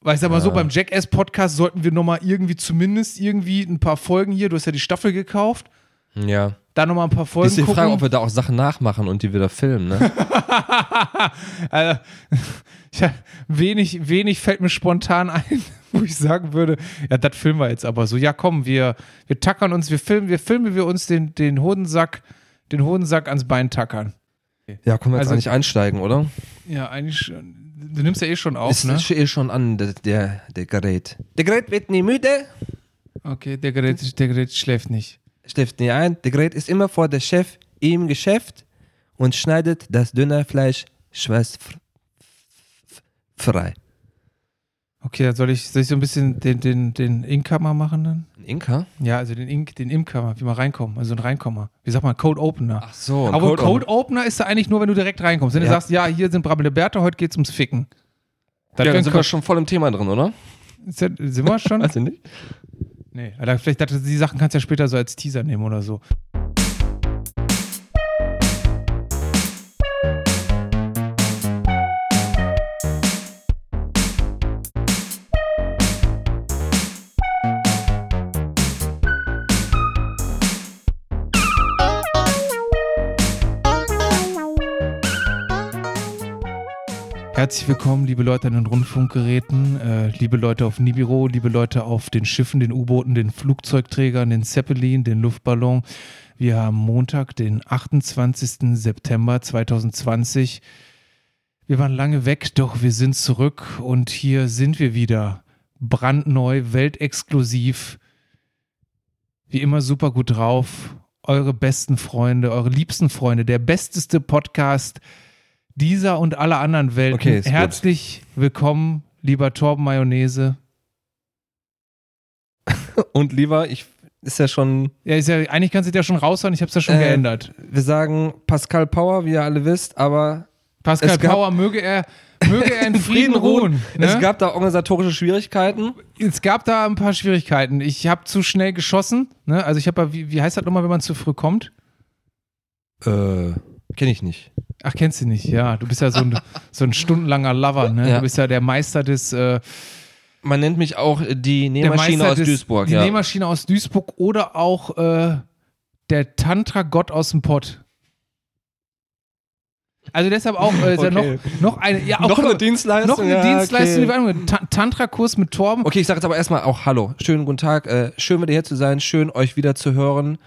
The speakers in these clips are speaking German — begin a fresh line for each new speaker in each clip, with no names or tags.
Weil ich sag mal so, beim Jackass-Podcast sollten wir nochmal irgendwie zumindest irgendwie ein paar Folgen hier, du hast ja die Staffel gekauft,
Ja.
da nochmal ein paar Folgen
Ist die
gucken.
Frage, ob wir da auch Sachen nachmachen und die wieder filmen, ne?
Also, ich hab, wenig, wenig fällt mir spontan ein, wo ich sagen würde, ja, das filmen wir jetzt aber so. Ja, komm, wir, wir tackern uns, wir filmen, wir filmen wir uns den, den Hodensack, den Hodensack ans Bein tackern.
Ja, können wir jetzt
Also-
eigentlich einsteigen, oder?
Ja, eigentlich schon. Du nimmst ja eh schon auf,
Ist
ne?
eh schon an, der, der, der Gerät. Der Gerät wird nie müde,
Okay, der Gerät, der Gerät schläft nicht.
schläft nie ein. Der Gerät ist immer vor der Chef im Geschäft und schneidet das dünne Fleisch schweißfrei.
Okay, dann soll ich, soll ich so ein bisschen den, den, den Inkammer machen dann?
Ein Inka?
Ja, also den Ink, den Imkammer, wie man reinkommen, also ein Reinkommer. Wie sagt man, Code Opener.
Ach so, ein
Aber
Code
Code, Code Opener ist ja eigentlich nur, wenn du direkt reinkommst. Wenn du
Ja.
sagst, ja, hier sind Brabble Bärte, heute geht's ums Ficken. Dann
Ja, dann
können-
sind wir schon voll im Thema drin, oder?
Ist ja- sind wir schon?
du nicht?
nee, Alter, vielleicht dachte die Sachen kannst du ja später so als Teaser nehmen oder so. Herzlich willkommen, liebe Leute an den Rundfunkgeräten, äh, liebe Leute auf Nibiru, liebe Leute auf den Schiffen, den U-Booten, den Flugzeugträgern, den Zeppelin, den Luftballon. Wir haben Montag, den 28. September 2020. Wir waren lange weg, doch wir sind zurück und hier sind wir wieder. Brandneu, weltexklusiv. Wie immer super gut drauf. Eure besten Freunde, eure liebsten Freunde, der besteste Podcast dieser und aller anderen Welten.
Okay, ist gut.
Herzlich willkommen, lieber Torben Mayonnaise.
Und lieber, ich ist ja schon,
Ja, ist ja, eigentlich kannst du das ja schon raushauen, ich habe es ja schon
Äh,
geändert.
wir sagen Pascal Power, wie ihr alle wisst, aber
Pascal
es gab-
Power, möge er, möge er in Frieden ruhen. Ne?
Es gab da organisatorische Schwierigkeiten.
es gab da ein paar Schwierigkeiten. Ich habe zu schnell geschossen. Ne? Also ich habe, ja- wie, wie heißt das nochmal, wenn man zu früh kommt?
Äh, kenne ich nicht.
Ach, kennst du nicht? Ja, du bist ja so ein, so ein stundenlanger Lover. Ne?
Ja.
Du bist ja der Meister des, äh,
Man nennt mich auch die
der
Nähmaschine
Meister
aus
des,
Duisburg.
Die
ja.
Nähmaschine aus Duisburg oder auch äh, der Tantra-Gott aus dem Pott. Also deshalb auch äh, ist ja
Okay.
noch, noch eine, ja, auch,
noch eine
guck mal,
Dienstleistung.
noch eine
ja,
Dienstleistung, die
Okay.
wir anbieten. Ta Tantra-Kurs mit Torben.
okay, ich sage jetzt aber erstmal auch Hallo. Schönen guten Tag. Äh, schön, wieder hier zu sein. Schön, euch wieder zu hören.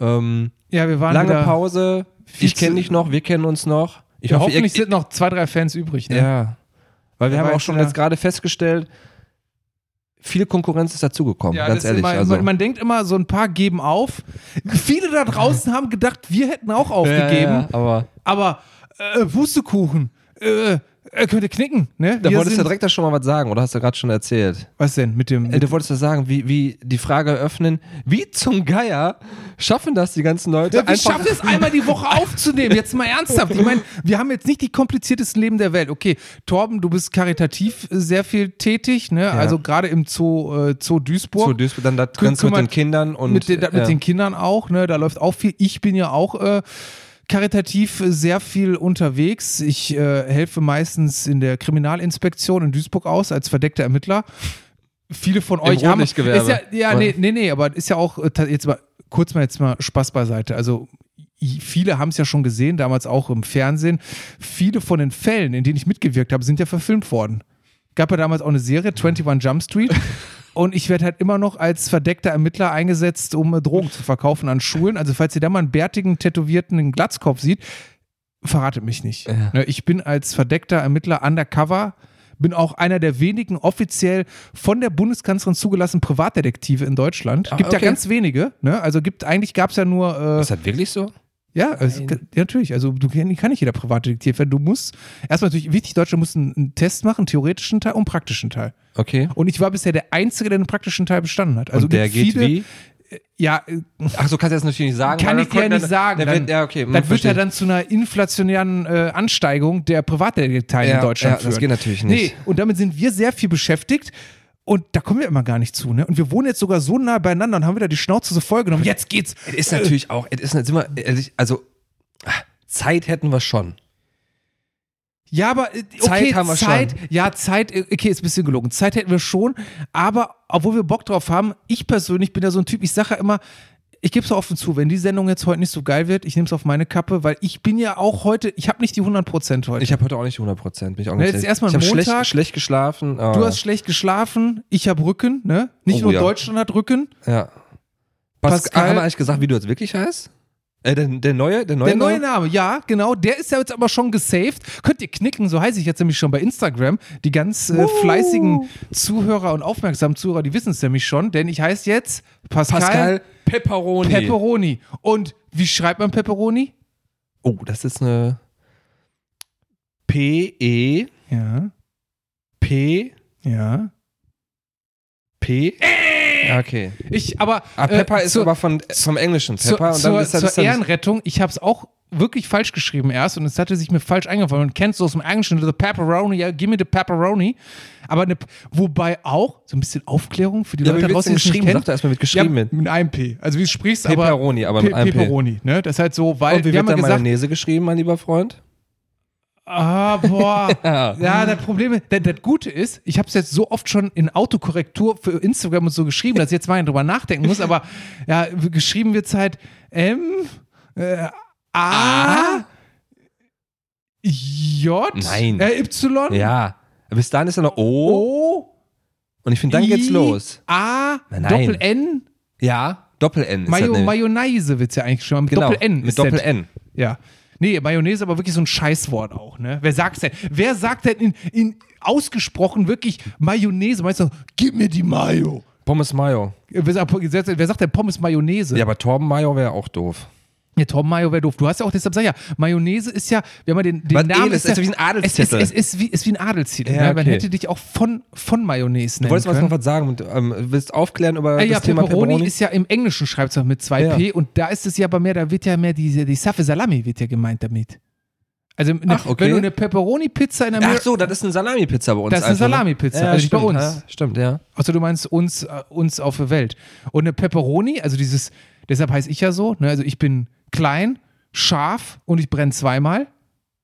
Ähm,
Ja, wir waren
lange
wieder,
Pause.
viel
Ich kenne
zu-
dich noch. Wir kennen uns noch. Ich
Ja,
hoffe, ihr,
hoffentlich sind noch zwei, drei Fans übrig. Ne?
ja. Weil wir
Ja,
haben
weil
auch schon
jetzt,
jetzt gerade festgestellt, viel Konkurrenz ist dazugekommen.
Ja,
ganz
das
ehrlich.
Ist immer,
also.
man, man denkt immer, so ein paar geben auf. Viele da draußen haben gedacht, wir hätten auch aufgegeben.
Ja, ja, aber
Aber äh, Pustekuchen, äh, er könnte knicken. Ne?
da
Wir
wolltest du
sind-
direkt da schon mal was sagen, oder hast du gerade schon erzählt?
Was denn mit dem?
Äh, Du wolltest ja sagen, wie, wie die Frage eröffnen, wie zum Geier schaffen das die ganzen Leute
Ja, wir
einfach?
schaffen es einmal die Woche aufzunehmen. Jetzt mal ernsthaft. Ich meine, wir haben jetzt nicht die kompliziertesten Leben der Welt. Okay, Torben, du bist karitativ äh, sehr viel tätig, ne? Also gerade im Zoo, äh, Zoo Duisburg.
Zu Duisburg, dann das Ganze mit
kümmert-
den Kindern und
mit, den,
äh,
mit den Kindern auch, ne? Da läuft auch viel. Ich bin ja auch äh, karitativ sehr viel unterwegs. Ich äh, helfe meistens in der Kriminalinspektion in Duisburg aus als verdeckter Ermittler. Viele von euch haben. Ist
Rotlichtgewerbe.
ja, ja
Oder?
nee, nee, nee, aber ist ja auch äh, ta- jetzt mal kurz mal jetzt mal Spaß beiseite. Also i- Viele haben es ja schon gesehen, damals auch im Fernsehen. Viele von den Fällen, in denen ich mitgewirkt habe, sind ja verfilmt worden gab ja damals auch eine Serie, 21 Jump Street. Und ich werde halt immer noch als verdeckter Ermittler eingesetzt, um äh, Drogen zu verkaufen an Schulen. Also, falls ihr da mal einen bärtigen, tätowierten einen Glatzkopf sieht, verratet mich nicht.
Ja.
Ne, Ich bin als verdeckter Ermittler undercover, bin auch einer der wenigen offiziell von der Bundeskanzlerin zugelassenen Privatdetektive in Deutschland.
Ah,
Gibt ja
okay.
ganz wenige. Ne? Also, gibt, eigentlich gab es ja nur. Äh,
Ist das wirklich so?
ja, es, ja, natürlich. Also du kann, kann nicht jeder Privatdetektiv werden. Du musst erstmal natürlich wichtig, Deutschland muss einen, einen Test machen, einen theoretischen Teil und einen praktischen Teil.
Okay.
Und ich war bisher der Einzige, der den praktischen Teil bestanden hat. Also
und der
gibt
geht
viele,
wie?
Ja, äh,
Ach, so kannst du das natürlich nicht sagen.
Kann
weil
ich dir ja
dann-
nicht sagen,
Dann,
dann-
wird, ja, okay. hm,
das wird
verstehe.
ja dann zu einer inflationären äh, Ansteigung der Privatdetektive
Ja,
in Deutschland
ja,
führen.
das geht natürlich nicht.
Nee, und damit sind wir sehr viel beschäftigt. Und da kommen wir immer gar nicht zu, ne? Und wir wohnen jetzt sogar so nah beieinander und haben wieder die Schnauze so voll genommen. Jetzt geht's.
Es ist natürlich auch, es ist jetzt immer, ehrlich, also ah, Zeit hätten wir schon.
Ja, aber äh, okay,
Zeit haben wir
Zeit,
schon.
ja, Zeit, äh, okay, ist ein bisschen gelogen. Zeit hätten wir schon, aber obwohl wir Bock drauf haben, ich persönlich bin ja so ein Typ, ich sage ja immer, ich gebe es offen zu, wenn die Sendung jetzt heute nicht so geil wird, ich nehme es auf meine Kappe, weil ich bin ja auch heute, ich habe nicht die 100% heute.
Ich habe heute auch nicht 100 Prozent. Bin ich auch nicht
jetzt
schlecht.
erstmal
ich habe
Montag.
schlecht, schlecht geschlafen.
du hast schlecht geschlafen, ich habe Rücken, ne? Nicht
Oh,
nur
ja.
Deutschland hat Rücken.
ja. Pascal,
Pascal-
haben wir eigentlich gesagt, wie du jetzt wirklich heißt? Äh, der, der neue, der neue,
Der neue Name, ja, genau, der ist ja jetzt aber schon gesaved. Könnt ihr knicken, so heiße ich jetzt nämlich schon bei Instagram. Die ganz äh, fleißigen Zuhörer und aufmerksamen Zuhörer, die wissen es nämlich schon, denn ich heiße jetzt Pascal,
Pascal Pepperoni.
Pepperoni. Und wie schreibt man Pepperoni?
oh, das ist eine P E
Ja,
P
ja.
P. Ja, okay.
Ich, aber.
Ah, Pepper
äh,
ist
zur-
aber von, vom Englischen
zur,
Pepper und
zur,
dann ist das,
zur
ist das
Ehrenrettung, ich habe es auch wirklich falsch geschrieben erst und es hatte sich mir falsch eingefallen und kennst du aus dem Englischen, the pepperoni, ja, give me the pepperoni, aber ne, wobei auch, so ein bisschen Aufklärung für die
ja, aber
Leute
wie
da
wird's
draußen,
denn
die es nicht
geschrieben?
kennen.
Sag doch erstmal, wie
ja,
geschrieben wird.
mit einem P, also wie du sprichst, aber
Pepperoni, aber mit
Pe
einem P.
Pepperoni, ne, das ist halt so, weil
Und wie
wir
wird
haben ja
dann
gesagt,
Mayonnaise geschrieben, mein lieber Freund?
ah, boah,
Ja.
Ja, das Problem ist, das, das Gute ist, ich habe es jetzt so oft schon in Autokorrektur für Instagram und so geschrieben, dass ich jetzt mal drüber nachdenken muss, aber ja, geschrieben wird es halt M, äh, A, J,
Nein.
Äh, Y,
Ja. Bis dahin ist ja noch O.
O,
Und ich finde, dann geht's
I,
los.
A,
Nein.
Doppel N,
Ja. Doppel-N ist
Mayo,
das nämlich.
Mayonnaise wird es ja eigentlich schon, mit
Genau,
Doppel N.
Mit Doppel-N.
Ja. Nee, Mayonnaise aber wirklich so ein Scheißwort auch, ne? Wer sagt's denn? Wer sagt denn in, in ausgesprochen wirklich Mayonnaise? Meinst du, gib mir die Mayo.
Pommes Mayo.
Äh, Wer sagt, wer sagt denn Pommes Mayonnaise?
Ja, aber Torben Mayo wäre auch doof.
Ja, Tom Mayo wäre doof. Du hast ja auch deshalb gesagt, ja, Mayonnaise ist ja, wir haben ja den, den
Was
Namen.
edel ist, ist wie ein
es ist,
Adelstitel.
es ist, wie, ist wie ein Adelstitel.
Ja,
ne? Man
okay.
hätte dich auch von, von Mayonnaise nennen
Du wolltest was
können.
noch was sagen und ähm, willst aufklären über
Ah
das
ja,
Thema
Pepperoni,
Pepperoni?
ist ja im Englischen schreibt es mit 2p
Ja.
und da ist es ja aber mehr, da wird ja mehr diese, die Safe Salami wird ja gemeint damit. Also ne,
Ach, okay.
wenn du eine Pepperoni-Pizza in Amerika,
Ach so, das ist eine Salami-Pizza bei uns.
Das ist eine
einfach, ne?
Salami-Pizza,
ja,
also nicht bei
stimmt,
uns.
Ja, stimmt, ja.
also du meinst uns, äh, uns auf der Welt. Und eine Pepperoni, also dieses, deshalb heiße ich ja so, ne, also ich bin klein, scharf und ich brenne zweimal,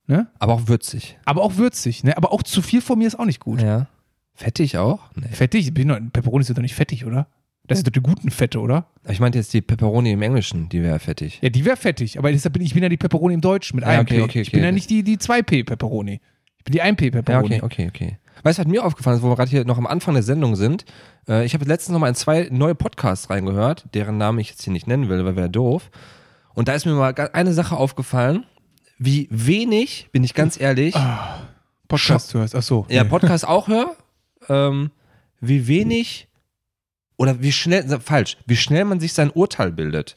ne?
Aber auch würzig.
aber auch würzig, ne? aber auch zu viel von mir ist auch nicht gut.
Ja. Fettig auch? Nee.
Fettig, bin doch, Pepperoni sind doch nicht fettig, oder? Das sind doch die guten Fette, oder?
Aber Ich meinte jetzt die Pepperoni im Englischen, die wäre fettig.
Ja, die wäre fettig, aber deshalb bin ich, ich bin ja die Pepperoni im Deutschen mit
Ja,
einem
okay,
P.
okay,
ich bin
okay.
ja nicht die, die 2P-Pepperoni. Ich bin die 1P-Pepperoni.
Ja, okay, okay, okay. Weißt du, was mir aufgefallen ist, wo wir gerade hier noch am Anfang der Sendung sind? Äh, ich habe letztens noch mal in zwei neue Podcasts reingehört, deren Namen ich jetzt hier nicht nennen will, weil wäre doof. Und da ist mir mal ga- eine Sache aufgefallen, wie wenig, bin ich ganz ehrlich,
Oh. Podcast du hörst, ach so.
ja,
nee.
Podcast auch höre, ähm, wie wenig oder wie schnell, sa- falsch, wie schnell man sich sein Urteil bildet.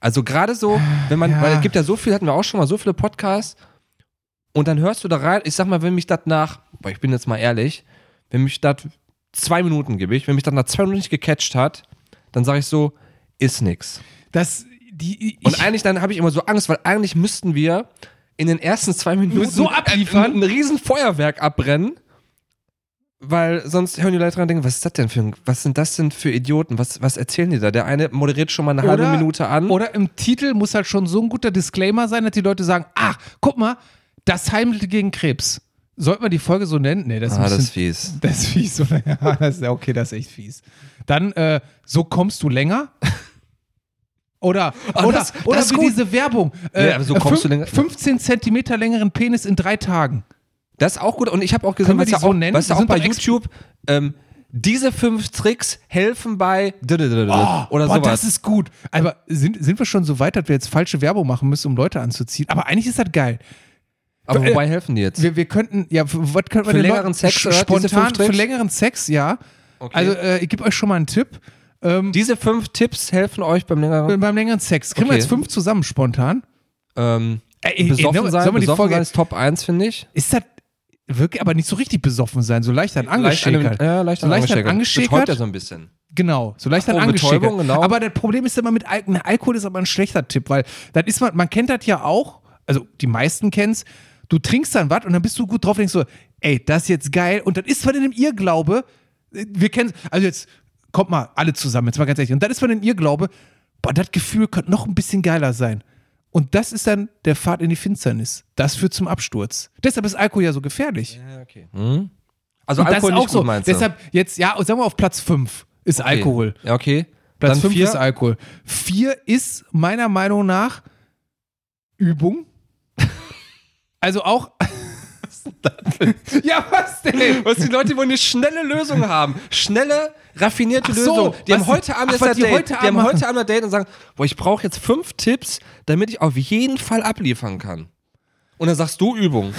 Also gerade so, wenn man,
Ja.
weil es gibt ja so viel, hatten wir auch schon mal so viele Podcasts und dann hörst du da rein, ich sag mal, wenn mich das nach, boah, ich bin jetzt mal ehrlich, wenn mich das zwei Minuten gebe ich, wenn mich das nach zwei Minuten nicht gecatcht hat, dann sage ich so, ist nix.
Das, die, ich,
Und eigentlich dann habe ich immer so Angst, weil eigentlich müssten wir in den ersten zwei Minuten
so abliefern.
ein, ein riesen Feuerwerk abbrennen, weil sonst hören die Leute dran und denken, was ist das denn für ein, was sind das denn für Idioten? Was, was erzählen die da? Der eine moderiert schon mal eine halbe
Oder-
Minute an.
oder im Titel muss halt schon so ein guter Disclaimer sein, dass die Leute sagen, ach, guck mal, das Heimmittel gegen Krebs. Sollten wir die Folge so nennen? Nee, das ist ein
ah, das ist
bisschen,
fies.
das ist fies. Oder? Ja, das ist, ja okay, das ist echt fies. Dann, äh, so kommst du länger. Oder,
Ah,
oder,
das-
oder
das ist
wie
gut.
diese Werbung.
Ja, aber so kommst du länger-
15 Zentimeter längeren Penis in drei Tagen.
Das ist auch gut. Und ich habe auch
Können
gesehen,
wir
was
die
ja
so
auch,
nennen?
was ja
Wir
auch
sind
bei
doch ex-
YouTube, ähm, diese fünf Tricks helfen bei
Oh,
oder
boah,
sowas.
das ist gut. Aber sind, sind wir schon so weit, dass wir jetzt falsche Werbung machen müssen, um Leute anzuziehen? Aber eigentlich ist das geil.
Aber
äh,
wobei helfen die jetzt?
Wir, wir könnten, ja, f- was könnten wir
Für
den
längeren
Leuten-
Sex
sch-
oder diese
spontan
fünf Tricks?
für längeren Sex, ja.
Okay.
Also äh, ich gebe euch schon mal einen Tipp. Ähm,
diese fünf Tipps helfen euch beim längeren
beim längeren Sex. Kriegen wir
Okay.
jetzt fünf zusammen spontan?
ähm,
Ey, ey, ey,
besoffen
ne,
sein.
sollen wir die
Besoffen
Folge-
sein ist Top 1, finde ich.
Ist das wirklich, aber nicht so richtig besoffen sein, so leicht dann
Leicht an dem-
angeschäkert.
Ja, leicht
so leicht dann
Betäubt
angeschäkert.
er so ein bisschen.
Genau, so leicht dann
Oh,
angeschäkert.
Betäubung, genau.
Aber das Problem ist immer mit Al ne, Alkohol ist aber ein schlechter Tipp, weil dann ist man, man kennt das ja auch, also die meisten kennen's, du trinkst dann was und dann bist du gut drauf und denkst so, ey, das ist jetzt geil und dann ist man in einem Irrglaube, äh, wir kennen also jetzt, kommt mal alle zusammen, jetzt mal ganz ehrlich, und dann ist man in einem Irrglaube, boah, das Gefühl könnte noch ein bisschen geiler sein. Und das ist dann der Pfad in die Finsternis. Das führt zum Absturz. Deshalb ist Alkohol ja so gefährlich.
Ja, okay. Hm? Also
Und das
Alkohol
ist
nicht
auch
gut,
so.
meinst du?
Deshalb jetzt, ja, sagen wir auf Platz 5 ist
Okay.
Alkohol.
Ja, okay.
Platz
Dann
5
vier.
ist Alkohol. 4 ist meiner Meinung nach Übung. also auch. ja, was denn?
Was die Leute wollen eine schnelle Lösung haben. Schnelle, raffinierte
Ach so,
Lösung. Die haben
was-
heute Abend
ach,
jetzt
was
das
die
Date.
heute
die
Abend
haben
machen.
heute Abend das Date und sagen, boah, ich brauche jetzt fünf Tipps, damit ich auf jeden Fall abliefern kann. Und dann sagst du Übung.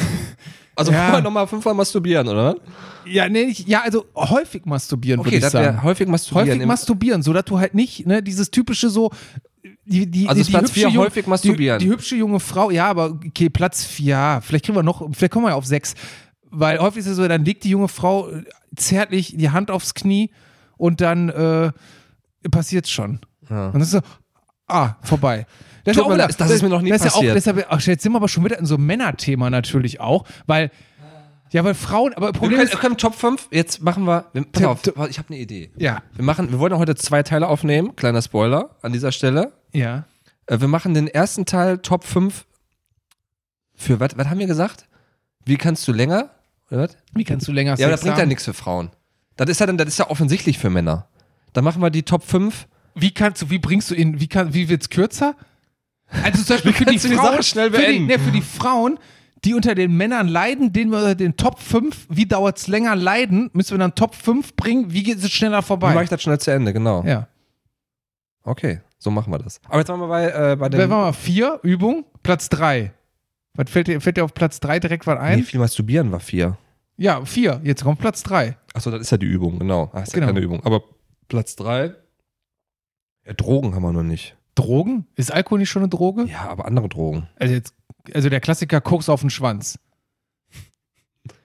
Also
Ja.
vorher nochmal fünfmal masturbieren, oder?
Ja, nee, ich, ja, also häufig masturbieren
Okay,
würde ich
das
sagen.
wäre häufig masturbieren.
häufig
Im-
masturbieren, so dass du halt nicht, ne, dieses typische so die, die,
Also ist
die
Platz
hübsche
vier
junge-
häufig masturbieren.
Die, die hübsche junge Frau, ja, aber okay, Platz vier, ja, vielleicht kriegen wir noch, vielleicht kommen wir ja auf sechs. Weil häufig ist es so, dann legt die junge Frau äh, zärtlich die Hand aufs Knie und dann äh, passiert's schon.
Ja.
Und das ist so, ah, vorbei. Das
Tut mir leid, das ist mir noch nie
das Ja auch,
passiert.
deshalb, ach, jetzt sind wir aber schon wieder in so einem Männerthema natürlich auch, weil, ja, weil Frauen, aber
wir
Problem
können,
ist,
wir können Top 5, jetzt machen wir, wir pass
Tipp,
auf,
Tipp.
warte, ich habe eine Idee.
ja,
Wir machen, wir wollen heute zwei Teile aufnehmen, kleiner Spoiler an dieser Stelle.
ja.
Äh, Wir machen den ersten Teil Top 5 für was? Was haben wir gesagt? Wie kannst du länger? Oder was?
Wie kannst du länger
Ja, aber
Sex
das bringt
haben?
ja nichts für Frauen. Das ist ja dann, das ist ja offensichtlich für Männer. Dann machen wir die Top 5.
Wie kannst du, wie bringst du ihn, wie, kann, wie wird's kürzer? Also zum Beispiel für die
kannst du die
Frauen,
Sache schnell
für, die,
beenden?
ne, für die Frauen, die unter den Männern leiden, denen wir unter den Top 5, wie dauert's länger leiden, müssen wir dann Top 5 bringen, wie geht es schneller
Wie mache
vorbei?
ich das schnell zu Ende? Genau.
Ja.
Okay, so machen wir das. Aber jetzt waren wir bei, äh, bei
Wer
dem.
war mal 4, Übung, Platz 3. Was fällt dir, fällt dir auf Platz 3 direkt was ein?
Nee, viel masturbieren war 4.
Ja, 4. Jetzt kommt Platz 3.
Achso, das ist ja die Übung, genau. Ach, ist
Genau.
ja keine Übung. Aber Platz 3. Ja, Drogen haben wir noch nicht.
Drogen? Ist Alkohol nicht schon eine Droge?
Ja, aber andere Drogen.
Also, jetzt, also der Klassiker Koks auf den Schwanz.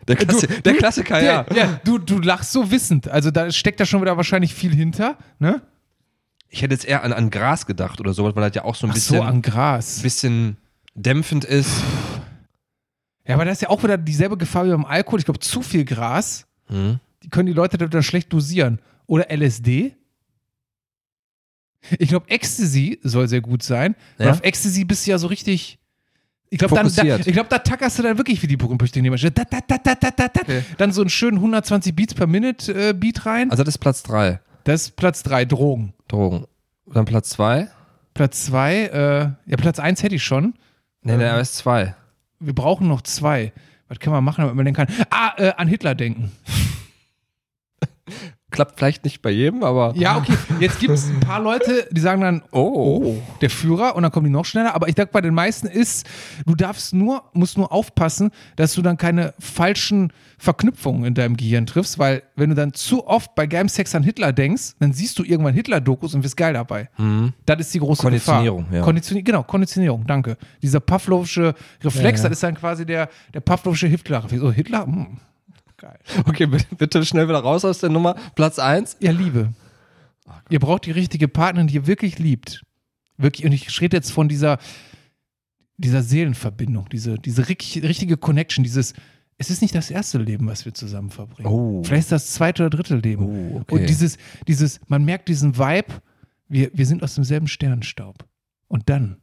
Der, Klassi
du-
der Klassiker, Ah, ja.
Der- ja du, du lachst so wissend. Also da steckt da schon wieder wahrscheinlich viel hinter, ne?
Ich hätte jetzt eher an, an Gras gedacht oder sowas, weil das ja auch so ein
Ach
bisschen.
so, an Gras.
bisschen dämpfend ist.
Ja, aber das ist ja auch wieder dieselbe Gefahr wie beim Alkohol. Ich glaube, zu viel Gras,
Hm.
die können die Leute da wieder schlecht dosieren. Oder LSD? Ich glaube, Ecstasy soll sehr gut sein. Weil
Ja.
auf Ecstasy bist du ja so richtig. Ich glaube, dann, da,
Fokussiert.
ich glaub, da tackerst du dann wirklich wie die Brücken die Maschine. Da, da, da, da, da, da, da.
Okay.
Dann so einen schönen 120 Beats per Minute äh, Beat rein.
Also das ist Platz 3,
Das ist Platz 3, Drogen.
Drogen. Dann Platz 2.
Platz 2, äh, ja, Platz 1 hätte ich schon.
Nee, nee, er ist 2.
Wir brauchen noch zwei. Was kann man machen, damit man den kann? Ah, äh, an Hitler denken.
Klappt vielleicht nicht bei jedem, aber.
Ja, okay. Jetzt gibt es ein paar Leute, die sagen dann,
Oh.
oh, der Führer, und dann kommen die noch schneller. Aber ich denke, bei den meisten ist, du darfst nur, musst nur aufpassen, dass du dann keine falschen Verknüpfungen in deinem Gehirn triffst, weil wenn du dann zu oft bei Game Sex an Hitler denkst, dann siehst du irgendwann Hitler-Dokus und wirst geil dabei. Das ist die große
Mhm. Konditionierung,
Gefahr.
ja.
Konditioni genau, Konditionierung, danke. Dieser Pavlovsche Reflex,
Ja, ja.
das ist dann quasi der, der Pavlovsche Hitler-Reflex. Oh, Hitler? Hm. Geil.
Okay, bitte, bitte schnell wieder raus aus der Nummer. Platz 1.
Ja, Liebe. ihr braucht die richtige Partnerin, die ihr wirklich liebt. Wirklich, und ich rede jetzt von dieser, dieser Seelenverbindung, diese, diese rick- richtige Connection, dieses, es ist nicht das erste Leben, was wir zusammen verbringen.
Oh.
Vielleicht ist das zweite oder dritte Leben.
Oh, okay.
Und dieses, dieses, man merkt diesen Vibe, wir, wir sind aus demselben Sternenstaub. Und dann,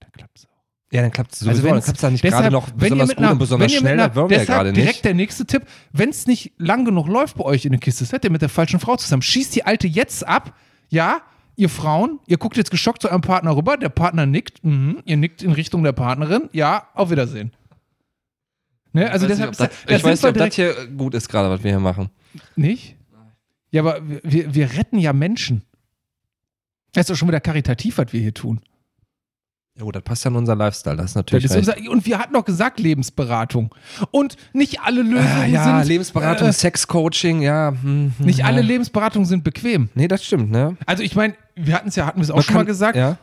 da klappt's auch.
Ja, dann klappt es sowieso.
wenn's-
dann klappt es dann nicht
Also deshalb,
gerade noch
wenn ihr
besonders
mit
gut
einer-
und besonders
wenn ihr mit
schnell.
einer-
Das wollen wir ja
deshalb
gerade
direkt
nicht.
der nächste Tipp. Wenn es nicht lang genug läuft bei euch in der Kiste, seid ihr mit der falschen Frau zusammen. Schießt die Alte jetzt ab. Ja, ihr Frauen, ihr guckt jetzt geschockt zu eurem Partner rüber. Der Partner nickt. Mhm. Ihr nickt in Richtung der Partnerin. Ja, auf Wiedersehen. Ne? Also
ich weiß
deshalb
nicht,
ist
ob das,
da- da
ich weiß
sind wir
nicht, ob das
direkt-
hier gut ist gerade, was wir hier machen.
nicht? Ja, aber wir- wir, wir retten ja Menschen. Das ist doch schon wieder karitativ, was wir hier tun.
Ja gut, das passt ja in unser Lifestyle. Das ist
Das
natürlich
ist
recht.
unser, und wir hatten doch gesagt Lebensberatung. Und nicht alle Lösungen
Ah, ja,
sind
Lebensberatung,
äh,
Sexcoaching, ja. hm, hm,
Nicht alle
ja.
Lebensberatungen sind bequem.
Nee, das stimmt, ne?
Also ich meine, wir hatten es ja, hatten wir es auch
Man
schon mal
kann-
gesagt.
Ja.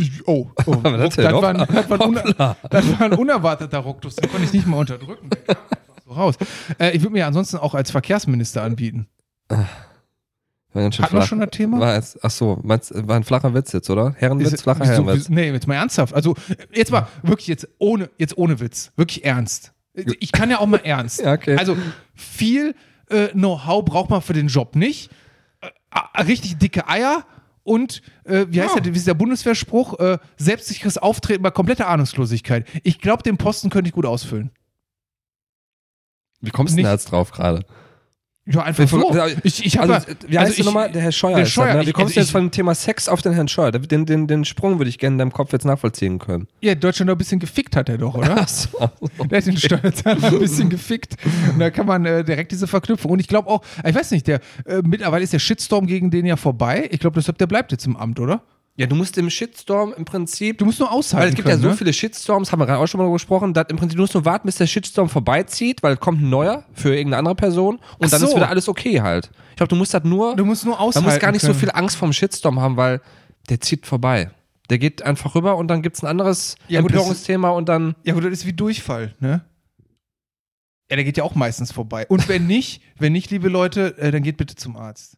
Ich- Oh, oh, oh
war das
das,
denn?
war ein,
Hoppla.
das, war ein uner, das war ein unerwarteter Rucktus, den konnte ich nicht mal unterdrücken. Der kam einfach so raus. Äh, ich würde mir ja ansonsten auch als Verkehrsminister anbieten.
War ganz schön
Hatten wir
flach.
schon das Thema?
War jetzt, ach so, meinst, war ein flacher Witz jetzt, oder? Herrenwitz,
Ist-
flacher
wieso-
Herrenwitz.
wieso- nee, jetzt mal ernsthaft. Also jetzt mal wirklich jetzt ohne, jetzt ohne Witz, wirklich ernst. Ich kann ja auch mal ernst.
Ja, okay.
Also viel äh, Know-how braucht man für den Job nicht. Äh, äh, richtig dicke Eier Und äh, wie heißt
Ja.
der, dieser Bundeswehrspruch? Äh, selbstsicheres Auftreten bei kompletter Ahnungslosigkeit. Ich glaube, den Posten könnte ich gut ausfüllen.
Wie kommst du denn
Nicht-
da jetzt drauf gerade?
Ja, einfach so. Ich, ich hab
also,
ja-
wie heißt
also
also
ich-
nochmal? Der Herr Scheuer.
der
ist das,
Scheuer,
ne? Wie
ich-
kommst
also
du jetzt
ich-
von dem Thema Sex auf den Herrn Scheuer? Den, den, den Sprung würde ich gerne in deinem Kopf jetzt nachvollziehen können.
Ja, Deutschland noch ein bisschen gefickt hat er doch, oder?
Ach so.
Der hat den Steuerzahler ein bisschen gefickt. Und da kann man äh, direkt diese Verknüpfung. Und ich glaube auch, ich weiß nicht, der äh, mittlerweile ist der Shitstorm gegen den ja vorbei. Ich glaube, deshalb der bleibt jetzt im Amt, oder?
Ja, du musst im Shitstorm im Prinzip.
Du musst nur aushalten.
Weil es gibt
können,
ja so
ne?
viele Shitstorms, haben wir gerade auch schon mal drüber gesprochen, dass im Prinzip du musst nur warten, bis der Shitstorm vorbeizieht, weil kommt ein neuer für irgendeine andere Person und
Ach
dann ist
so.
wieder alles okay halt. Ich glaube, du musst das nur,
Du musst nur
man
aushalten.
muss gar nicht
können.
so viel Angst vorm Shitstorm haben, weil der zieht vorbei. Der geht einfach rüber und dann gibt's ein anderes
Ja, gut, das ist-
Empörungsthema und dann.
Ja, gut, das ist wie Durchfall, ne? Ja, der geht ja auch meistens vorbei. Und wenn nicht, wenn nicht, liebe Leute, äh, dann geht bitte zum Arzt.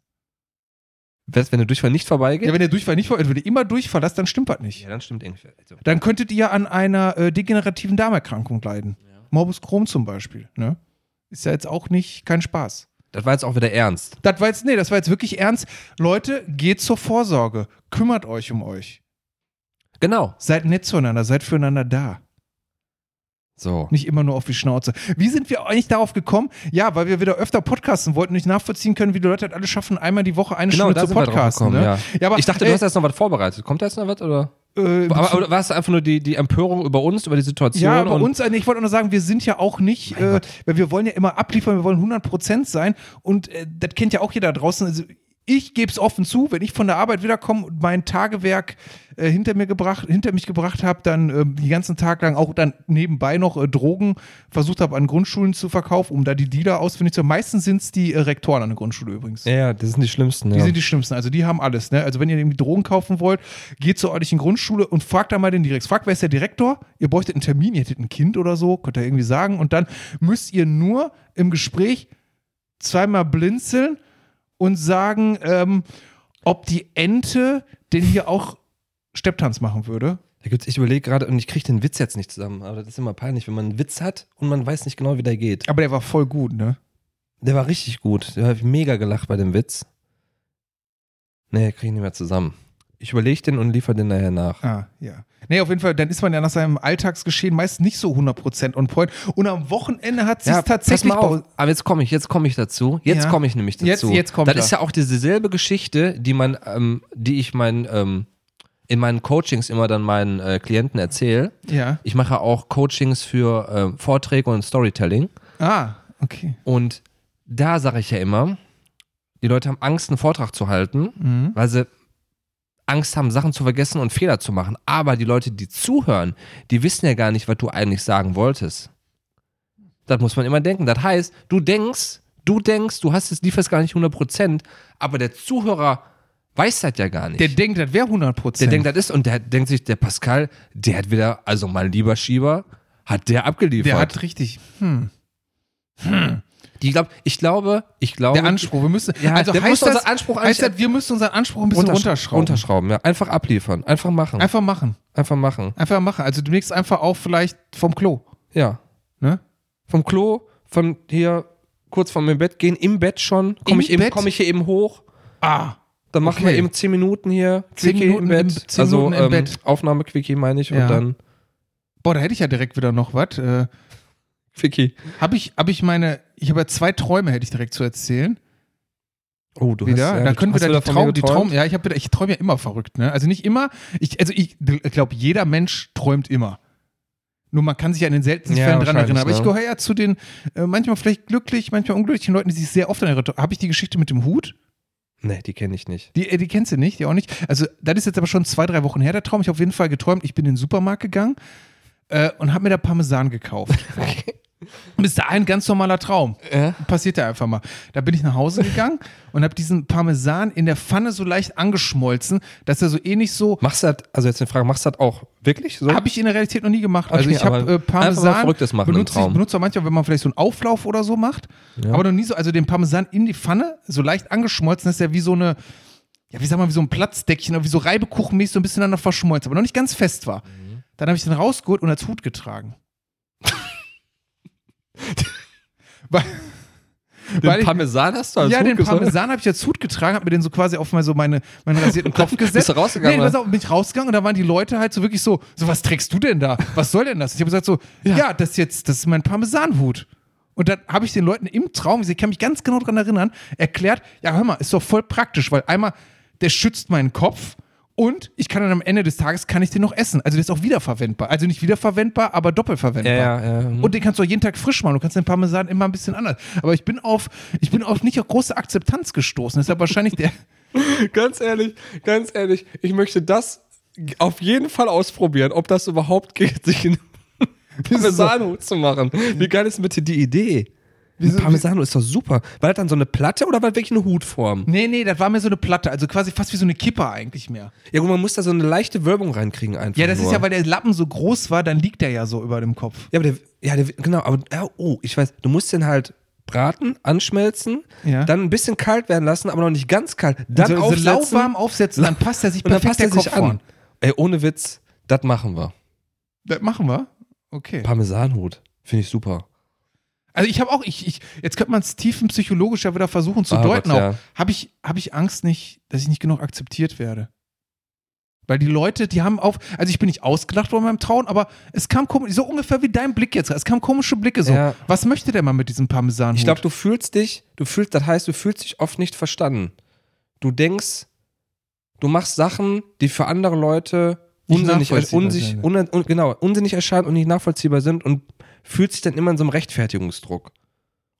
Was, wenn der Durchfall nicht vorbeigeht?
Ja, wenn der Durchfall nicht vorbei, wenn ihr immer Durchfall hast, dann stimmt was nicht.
Ja, dann stimmt irgendwie. Also,
Dann könntet ihr an einer äh, degenerativen Darmerkrankung leiden. Morbus Crohn zum Beispiel, ne? Ist ja jetzt auch nicht kein Spaß.
Das war jetzt auch wieder ernst.
Das war jetzt, nee, das war jetzt wirklich ernst. Leute, geht zur Vorsorge. Kümmert euch um euch.
Genau.
Seid nett zueinander, seid füreinander da.
So.
Nicht immer nur auf die Schnauze. Wie sind wir eigentlich darauf gekommen? Ja, weil wir wieder öfter podcasten wollten und nicht nachvollziehen können, wie die Leute das alle schaffen, einmal die Woche eine
Genau,
Stunde
da
zu
sind wir drauf
podcasten.
gekommen,
ne?
ja.
aber,
Ich dachte,
ey,
du hast jetzt noch was vorbereitet. Kommt da jetzt noch was? Oder?
äh,
Aber, aber war es einfach nur die, die Empörung über uns, über die Situation?
Ja, bei
und
uns, äh, nee, ich wollte auch nur sagen, wir sind ja auch nicht, äh, weil wir wollen ja immer abliefern, wir wollen 100% sein und äh, das kennt ja auch jeder draußen. Also, ich gebe es offen zu, wenn ich von der Arbeit wiederkomme und mein Tagewerk äh, hinter mir gebracht, hinter mich gebracht habe, dann ähm, den ganzen Tag lang auch dann nebenbei noch äh, Drogen versucht habe an Grundschulen zu verkaufen, um da die Dealer ausfindig zu machen. Meistens sind es die äh, Rektoren an der Grundschule übrigens.
Ja, Ja, das sind die schlimmsten.
Die
ja.
sind die schlimmsten. Also die haben alles. Ne? Also wenn ihr irgendwie Drogen kaufen wollt, geht zur örtlichen Grundschule und fragt da mal den Direktor. Fragt, wer ist der Direktor? Ihr bräuchtet einen Termin, ihr hättet ein Kind oder so, könnt ihr irgendwie sagen. Und dann müsst ihr nur im Gespräch zweimal blinzeln und sagen, ähm, ob die Ente denn hier auch Stepptanz machen würde.
da gibt's, ich überlege gerade und ich kriege den Witz jetzt nicht zusammen. Aber das ist immer peinlich, wenn man einen Witz hat und man weiß nicht genau, wie der geht.
Aber der war voll gut, ne?
Der war richtig gut. Da habe ich mega gelacht bei dem Witz. Nee, kriege ich nicht mehr zusammen. Ich überlege den und liefere den nachher nach.
Ah, ja. Nee, auf jeden Fall, dann ist man ja nach seinem Alltagsgeschehen meist nicht so 100% on point. Und am Wochenende hat sich tatsächlich
pass mal auf. Aber jetzt komme ich, jetzt komme ich dazu. Jetzt
Ja.
komme ich nämlich dazu.
Jetzt- jetzt kommt
das
er.
ist ja auch dieselbe Geschichte, die man, ähm, die ich meinen, ähm, in meinen Coachings immer dann meinen äh, Klienten erzähle.
bei- Ja.
Ich mache auch Coachings für ähm, Vorträge und Storytelling.
Ah, okay.
Und da sage ich ja immer, die Leute haben Angst, einen Vortrag zu halten,
Mhm.
weil sie Angst haben, Sachen zu vergessen und Fehler zu machen. Aber die Leute, die zuhören, die wissen ja gar nicht, was du eigentlich sagen wolltest. Das muss man immer denken. Das heißt, du denkst, du denkst, du hast es lieferst gar nicht 100%, aber der Zuhörer weiß das ja gar nicht.
Der denkt, das wäre 100
Der
Prozent.
denkt, das ist, und der denkt sich, der Pascal, der hat wieder, also mein lieber Schieber, hat der abgeliefert.
der hat richtig. Hm.
die glaub, ich glaube, ich glaube,
Der Anspruch, wir müssen.
Ja,
also
der
heißt
muss
das,
unseren Anspruch
heißt
eigentlich-
das, wir müssen unseren Anspruch ein bisschen runterschrauben.
Runterschrauben, ja. Einfach abliefern, einfach machen,
Einfach machen.
einfach machen.
Einfach machen. Also demnächst einfach auch vielleicht vom Klo.
Ja.
Ne?
Vom Klo, von hier kurz vor meinem Bett gehen, im Bett schon,
Im
komme ich, eben-
Bett?
komm ich hier eben hoch,
Ah.
dann machen wir
Okay.
eben 10 Minuten hier,
10
Quickie
Minuten
im
im-
Bett,
10
also
Minuten im
ähm,
Bett.
Aufnahme-Quickie meine ich
Ja.
und dann
Boah, da hätte ich ja direkt wieder noch was. Äh,
Quickie.
habe ich, hab ich meine, ich habe ja zwei Träume, hätte ich direkt zu erzählen.
Oh, du
wieder.
ja,
da
du-
können wir
hast
dann
wieder
die
von
Traum,
mir
die
geträumt?
Traum, ja, ich habe ich träume ja immer verrückt, ne? Also nicht immer, ich also ich glaube jeder Mensch träumt immer. Nur man kann sich an den seltensten
Ja,
Fällen dran
wahrscheinlich,
erinnern, aber ich
ne?
gehöre ja zu den äh, manchmal vielleicht glücklich, manchmal unglücklichen Leuten, die sich sehr oft an ihre Habe ich die Geschichte mit dem Hut?
Nee, die kenne ich nicht.
Die, äh, die kennst du nicht, die auch nicht. Also, das ist jetzt aber schon zwei, drei Wochen her, der Traum. Ich habe auf jeden Fall geträumt, ich bin in den Supermarkt gegangen äh, und habe mir da Parmesan gekauft. Und bis dahin ganz normaler Traum.
Ja.
Passiert ja einfach mal. Da bin ich nach Hause gegangen und habe diesen Parmesan in der Pfanne so leicht angeschmolzen, dass er so ähnlich so.
Machst du das, also jetzt eine Frage, machst du das auch wirklich so?
Habe ich in der Realität noch nie gemacht. Also
Okay,
ich habe
aber
äh,
einfach mal
Parmesan
Verrücktes machen im
benutze,
Traum.
Ich benutze auch manchmal, wenn man vielleicht so einen Auflauf oder so macht, aber noch nie so, also den Parmesan in die Pfanne, so leicht angeschmolzen, das ist ja wie so eine, ja wie sag mal, wie so ein Platzdeckchen oder wie so Reibekuchenmäßig so ein bisschen aneinander verschmolzen, aber noch nicht ganz fest war.
Mhm.
Dann habe ich den rausgeholt und als Hut getragen. Weil- Weil
Den
ich-
Parmesan hast du als
ja,
Hut
den
gesoffen?
Parmesan habe ich als Hut getragen, habe mir den so quasi auf mal so meine, meinen rasierten Kopf gesetzt.
Bist du rausgegangen,
Nee,
oder?
pass auf, bin ich rausgegangen und da waren die Leute halt so wirklich so, so, was trägst du denn da? Was soll denn das? Ich habe gesagt so, ja. das ist jetzt, das ist mein Parmesanhut. Und dann habe ich den Leuten im Traum, ich kann mich ganz genau dran erinnern, erklärt, ja, hör mal, ist doch voll praktisch, weil einmal, der schützt meinen Kopf und ich kann dann am Ende des Tages, kann ich den noch essen. Also der ist auch wiederverwendbar. Also nicht wiederverwendbar, aber doppelverwendbar.
Ja, ja, mhm. ja.
Und den kannst du auch jeden Tag frisch machen. Du kannst den Parmesan immer ein bisschen anders. Aber ich bin auf, ich bin auf nicht auf große Akzeptanz gestoßen. Deshalb wahrscheinlich der.
Ganz ehrlich, ganz ehrlich, ich möchte das auf jeden Fall ausprobieren, ob das überhaupt geht, sich einen Parmesanhut zu machen. Wie geil ist bitte die Idee? Ein Parmesanhut ist doch super. War das dann so eine Platte oder war das wirklich eine Hutform?
Nee, nee, das war mir so eine Platte. Also quasi fast wie so eine Kipper eigentlich mehr.
Ja gut, man muss da so eine leichte Wölbung reinkriegen einfach
Ja, das
nur.
ist ja, weil der Lappen so groß war, dann liegt der ja so über dem Kopf.
Ja, aber der, ja, der, genau, aber ja, oh, ich weiß, du musst den halt braten, anschmelzen,
Ja. Also
dann ein bisschen kalt werden lassen, aber noch nicht ganz kalt. Dann
so, so
aufsetzen
lauwarm aufsetzen, dann passt er sich
und dann
perfekt
passt
der
er sich
Kopf
an.
ran.
Ey, ohne Witz, das machen wir.
Das machen wir. Okay.
Parmesanhut, finde ich super.
Also ich habe auch, ich, ich, jetzt könnte man es tiefenpsychologisch ja wieder versuchen zu
Ah,
deuten.
Gott,
auch.
ja.
Habe ich, hab ich Angst nicht, dass ich nicht genug akzeptiert werde? Weil die Leute, die haben auf, also ich bin nicht ausgelacht worden beim Trauen, aber es kam komisch, so ungefähr wie dein Blick jetzt, es kam komische Blicke so.
Ja.
Was möchte der mal mit diesem Parmesan?
Ich glaube, Also, du fühlst dich, du fühlst, das heißt, du fühlst dich oft nicht verstanden. Du denkst, du machst Sachen, die für andere Leute
Nicht
unsinnig,
nachvollziehbar
unsich,
sind.
un, un, genau, unsinnig erscheinen und nicht nachvollziehbar sind und fühlst dich dann immer in so einem Rechtfertigungsdruck.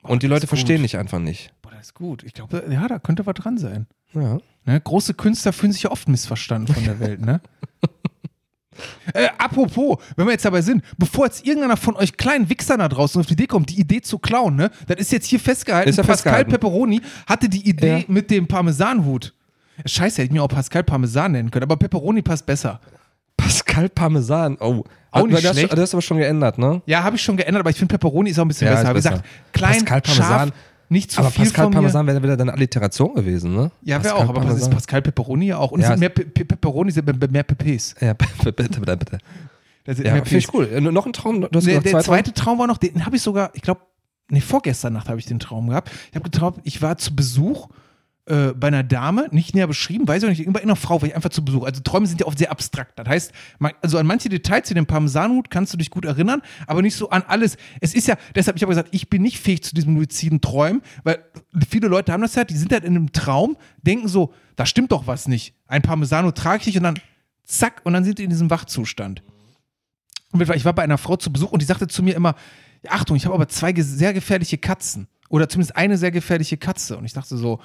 Und die
das
Leute
ist gut.
verstehen dich einfach nicht.
Boah, das ist gut. Ich glaube, ja, da könnte was dran sein.
Ja.
Ne? Große Künstler fühlen sich ja oft missverstanden von der Welt, ne? Äh, apropos, wenn wir jetzt dabei sind, bevor jetzt irgendeiner von euch kleinen Wichsern da draußen auf die Idee kommt, die Idee zu klauen, ne? Das ist jetzt hier festgehalten.
Ist ja
Pascal
festgehalten.
Pepperoni hatte die Idee
Ja.
mit dem Parmesanhut. Scheiße, hätte ich mir auch Pascal Parmesan nennen können, aber Pepperoni passt besser.
Pascal Parmesan. Oh,
Auch
Hat-
nicht
das,
schlecht.
das hast du aber schon geändert, ne?
Ja, habe ich schon geändert, aber ich finde Pepperoni ist auch ein bisschen
Ja,
besser.
ist
Habe ich
besser.
gesagt, klein,
Pascal
scharf,
Parmesan.
nicht zu
aber
viel
Pascal
von mir.
Parmesan wäre wieder deine Alliteration gewesen, ne?
Ja, wäre
Pascal
auch, aber was ist
Parmesan.
Pascal Pepperoni ja auch. Und
Ja,
es sind
es-
mehr Pe Pe Pepperoni, sind mehr- mehr Pepes.
Ja, bitte, bitte, bitte.
Da sind
Ja,
mehr
finde
P's.
ich cool. Äh, Noch ein Traum, du hast
Der,
gesagt,
der
zwei Traum?
zweite Traum war noch, den habe ich sogar, ich glaube, nee, vorgestern Nacht habe ich den Traum gehabt. Ich habe geträumt, ich war zu Besuch äh, bei einer Dame, nicht näher beschrieben, weiß ich auch nicht, bei einer Frau war ich einfach zu Besuch. Also Träume sind ja oft sehr abstrakt. Das heißt, man, also an manche Details zu dem Parmesanhut kannst du dich gut erinnern, aber nicht so an alles. Es ist ja, deshalb, ich habe gesagt, ich bin nicht fähig zu diesen luziden Träumen, weil viele Leute haben das ja, die sind halt in einem Traum, denken so, da stimmt doch was nicht. Ein Parmesanhut trage ich nicht und dann zack, und dann sind die in diesem Wachzustand. Und ich war bei einer Frau zu Besuch und die sagte zu mir immer, "Ja, Achtung, ich habe aber zwei ge- sehr gefährliche Katzen. Oder zumindest eine sehr gefährliche Katze. Und ich dachte so,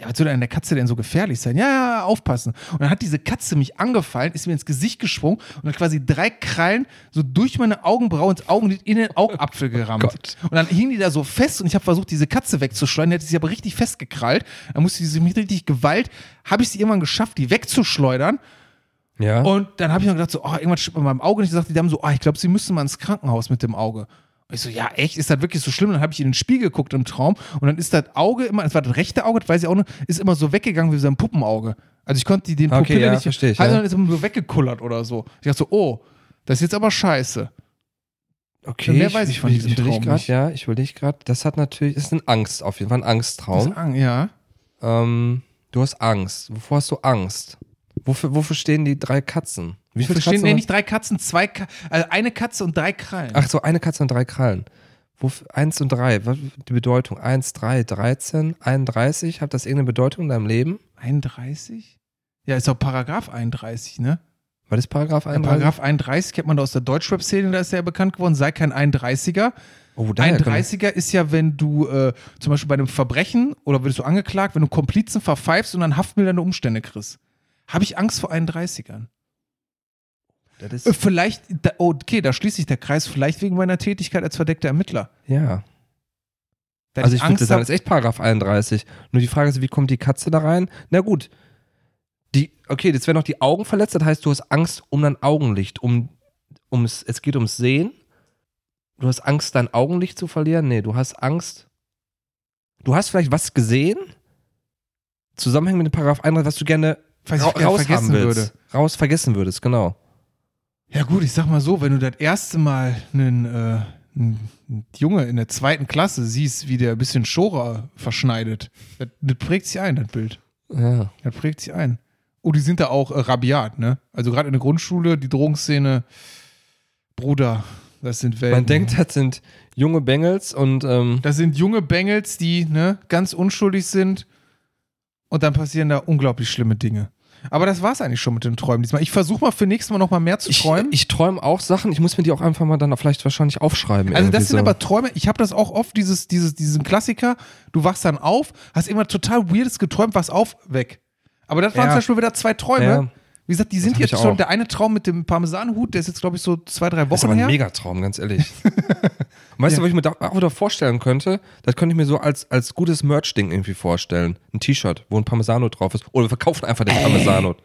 ja, was soll denn an der Katze denn so gefährlich sein? Ja, ja, aufpassen. Und dann hat diese Katze mich angefallen, ist mir ins Gesicht geschwungen und hat quasi drei Krallen so durch meine Augenbraue ins Augenlid in den Augapfel gerammt.
Gott.
Und dann hing die da so fest und ich habe versucht, diese Katze wegzuschleudern. Die hat sich aber richtig festgekrallt. Dann musste sie mit richtig Gewalt, habe ich sie irgendwann geschafft, die wegzuschleudern.
Ja.
Und dann habe ich noch gedacht, so, oh, irgendwas stimmt mit meinem Auge nicht. Ich sagte, die haben so, oh, ich glaube, sie müssen mal ins Krankenhaus mit dem Auge. Und ich so, ja, echt, ist das wirklich so schlimm? Dann habe ich in den Spiegel geguckt im Traum und dann ist das Auge immer, es war das rechte Auge, das weiß ich auch noch, ist immer so weggegangen wie so ein Puppenauge. Also ich konnte die den
Okay, ja,
nicht
verstehe ich,
halten,
ja.
sondern ist immer so weggekullert oder so. Ich dachte so, oh, das ist jetzt aber scheiße.
Okay,
Mehr weiß ich von diesem
überleg
Traum
grad,
nicht.
Ja, ich überlege gerade. Das hat natürlich, das ist ein Angst auf jeden Fall, ein
Das ist
Angsttraum.
Ang ja.
Ähm, du hast Angst. Wovor hast du Angst? Wofür, wofür stehen die drei Katzen? Wie
Wofür
viele
stehen
Katzen?
nee,
hat-
nicht drei Katzen, zwei, Ka also eine Katze und drei Krallen.
Ach so, eine Katze und drei Krallen. Wof, eins und drei, was die Bedeutung? Eins, drei, 13, 31. Hat das irgendeine Bedeutung in deinem Leben?
31? Ja, ist doch Paragraph 31, ne?
War das Paragraph
Ja,
31?
Paragraph 31 kennt man doch aus der Deutschrap-Szene, da ist er ja bekannt geworden, sei kein 31er.
oh, daher kommt-
31er ist ja, wenn du äh, zum Beispiel bei einem Verbrechen oder würdest du angeklagt, wenn du Komplizen verpfeifst und dann haftmildernde Umstände kriegst. Habe ich Angst vor 31ern?
Das ist,
Äh, Vielleicht, da, oh, okay, da schließt sich der Kreis, vielleicht wegen meiner Tätigkeit als verdeckter Ermittler.
ja.
Da
also ich würde sagen,
hab-
das ist echt Paragraph 31. Nur die Frage ist, wie kommt die Katze da rein? Na gut. Die, okay, jetzt werden noch die Augen verletzt, das heißt, du hast Angst um dein Augenlicht, um, ums, es geht ums Sehen. Du hast Angst, dein Augenlicht zu verlieren? Nee, du hast Angst. Du hast vielleicht was gesehen? Zusammenhängend mit dem Paragraph 31, was du gerne
was ich
ra
gerne
raus
vergessen
haben willst.
würde.
Raus vergessen würdest, genau.
Ja gut, ich sag mal so, wenn du das erste Mal einen, äh, ein, ein Junge in der zweiten Klasse siehst, wie der ein bisschen Schorer verschneidet. Das, das prägt sich ein, das Bild.
Ja.
Das prägt sich ein. Oh, die sind da auch äh, rabiat, ne? Also gerade in der Grundschule, die Drogenszene, Bruder, das sind Welten.
Man denkt, das sind junge Bengels und ähm,
das sind junge Bengels, die ne, ganz unschuldig sind und dann passieren da unglaublich schlimme Dinge. Aber das war's eigentlich schon mit den Träumen diesmal. Ich versuche mal für nächstes Mal noch mal mehr zu
ich,
träumen.
ich träume auch Sachen. Ich muss mir die auch einfach mal dann vielleicht wahrscheinlich aufschreiben.
Also das
irgendwie
sind
so.
aber Träume, ich habe das auch oft, dieses, dieses, diesen Klassiker, du wachst dann auf, hast immer total weirdes geträumt, wachst auf, weg. Aber das waren
Ja.
zum Beispiel wieder zwei Träume.
Ja.
Wie gesagt, die sind
hab
jetzt
ich
schon,
auch.
der eine Traum mit dem Parmesanhut, der ist jetzt glaube ich so zwei, drei
Das ist
Wochen
aber ein
her.
Megatraum, ganz ehrlich. Und weißt du,
Ja.
was ich mir da auch wieder vorstellen könnte? Das könnte ich mir so als, als gutes Merch-Ding irgendwie vorstellen. Ein T-Shirt, wo ein Parmesano drauf ist. Oder wir verkaufen einfach
Äh.
den Parmesano.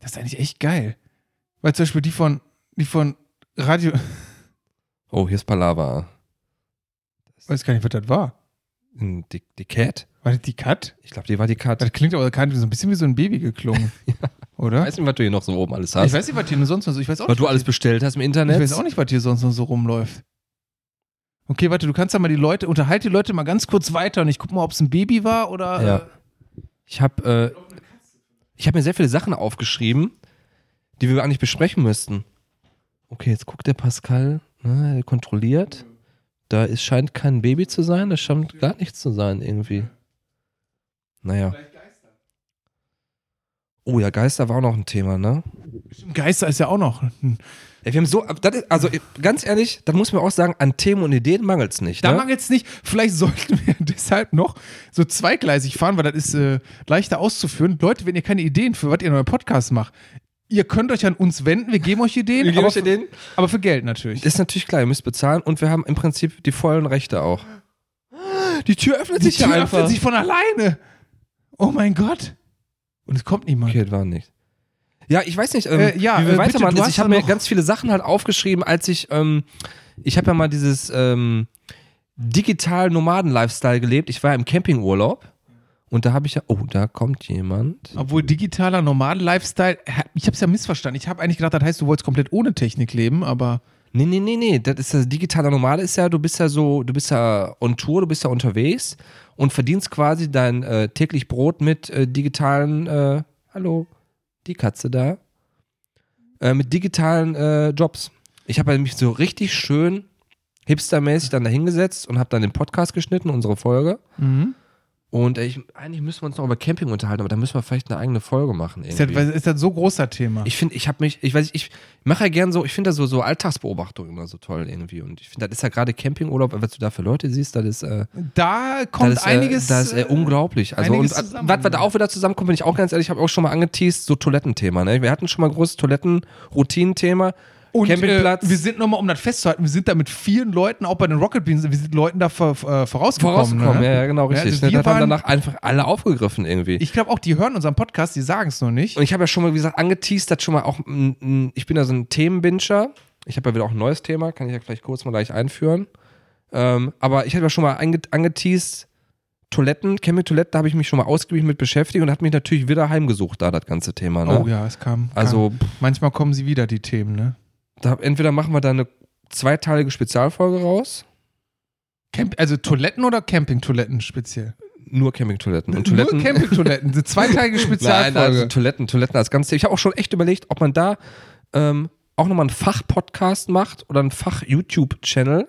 Das ist eigentlich echt geil. Weil zum Beispiel die von, die von Radio,
Oh, hier ist Palava.
weiß gar nicht, was das war.
Die, die Cat?
War das die Cut?
Ich glaube, die war die Cat.
Das
Ich
klingt aber kann so ein bisschen wie so ein Baby geklungen. Oder?
weiß nicht, was du hier noch so oben alles
Ich
hast.
weiß nicht, was hier sonst noch so. Ich weiß auch
was
nicht,
du alles bestellt hast im
ich
Internet.
weiß auch nicht, was hier sonst noch so rumläuft. Okay, warte, du kannst ja mal die Leute, unterhalt die Leute mal ganz kurz weiter und ich guck mal, ob es ein Baby war oder.
Ja.
äh,
Ich habe äh, ich hab mir sehr viele Sachen aufgeschrieben, die wir gar nicht besprechen müssten. Okay, jetzt guckt der Pascal, ne, er kontrolliert. Da ist, scheint kein Baby zu sein, das scheint gar nichts zu sein irgendwie. Naja. Oh ja, Geister war auch noch ein Thema, ne?
Geister ist ja auch noch. Hm.
Ey, wir haben so, das ist, also ganz ehrlich, dann muss man auch sagen, an Themen und Ideen mangelt es nicht.
Da
Ne?
mag jetzt nicht, vielleicht sollten wir deshalb noch so zweigleisig fahren, weil das ist äh, leichter auszuführen. Leute, wenn ihr keine Ideen für was ihr in eurem Podcast macht, ihr könnt euch an uns wenden, wir geben euch Ideen,
Wir geben
aber,
euch Ideen.
Für, aber für Geld natürlich.
Das ist natürlich klar, ihr müsst bezahlen und wir haben im Prinzip die vollen Rechte auch. Die Tür öffnet
Die Tür öffnet sich von alleine. Oh mein Gott. Und es kommt niemand.
Okay, das war nicht. Ja, ich weiß nicht, ähm,
Äh, ja,
wie wir
äh, bitte,
weitermachen.
du
ist,
hast
ich habe
doch
mir
noch-
ganz viele Sachen halt aufgeschrieben, als ich, ähm, ich habe ja mal dieses ähm, digital Nomaden-Lifestyle gelebt. Ich war ja im Campingurlaub und da habe ich ja, oh, da kommt jemand.
Obwohl digitaler Nomaden-Lifestyle, ich habe es ja missverstanden. Ich habe eigentlich gedacht, das heißt, du wolltest komplett ohne Technik leben, aber
Nee, nee, nee, nee. Das ist das digitale Nomade ist ja, du bist ja so, du bist ja on Tour, du bist ja unterwegs und verdienst quasi dein äh, täglich Brot mit äh, digitalen, äh, hallo, die Katze da, äh, mit digitalen äh, Jobs. Ich habe mich so richtig schön hipstermäßig dann dahingesetzt und habe dann den Podcast geschnitten, unsere Folge. Und äh, ich, eigentlich müssen wir uns noch über Camping unterhalten, aber da müssen wir vielleicht eine eigene Folge machen.
ist das,
Irgendwie.
weil- ist das so großer Thema?
Ich finde, ich habe mich, ich weiß, nicht, ich mache ja gern so, ich finde da so, so Alltagsbeobachtungen immer so toll irgendwie. Und ich finde, das ist ja gerade Campingurlaub, was du da für Leute siehst, das ist, äh,
da
das
kommt
ist,
einiges.
äh, das ist äh, unglaublich. Also, und
einiges
äh,
zusammen.
was, was da auch wieder zusammenkommt, bin ich auch ganz ehrlich, ich habe auch schon mal angeteased, so Toilettenthema. Ne? Wir hatten schon mal großes Toiletten-Routinenthema.
und,
Campingplatz.
Äh, wir sind nochmal, um das festzuhalten, wir sind da mit vielen Leuten, auch bei den Rocket Beans, wir sind Leuten da vor, äh, vorausgekommen.
Vorausgekommen,
ne?
ja, ja, genau,
Ja,
richtig.
also
ne?
wir
Das haben
waren-
danach einfach alle aufgegriffen irgendwie.
Ich glaube auch, die hören unseren Podcast, die sagen es noch nicht.
Und ich habe ja schon mal, wie gesagt, angeteased, dass schon mal auch, mm, mm, ich bin ja so ein Themenbinscher. Ich habe ja wieder auch ein neues Thema, kann ich ja vielleicht kurz mal gleich einführen. Ähm, aber ich hatte ja schon mal ange angeteased, Toiletten, Camping-Toiletten, da habe ich mich schon mal ausgiebig mit beschäftigt und hat mich natürlich wieder heimgesucht, da das ganze Thema. Ne?
Oh ja, es kam. kam.
Also pff,
manchmal kommen sie wieder, die Themen, ne?
da, entweder machen wir da eine zweiteilige Spezialfolge raus,
Camp also Toiletten oder Campingtoiletten speziell?
nur Camping-Toiletten. Und Toiletten,
Nur Campingtoiletten, eine zweiteilige Spezialfolge.
Nein, also Toiletten, Toiletten als ganzes Thema. Ich habe auch schon echt überlegt, ob man da ähm, auch nochmal einen Fach-Podcast macht oder einen Fach-YouTube-Channel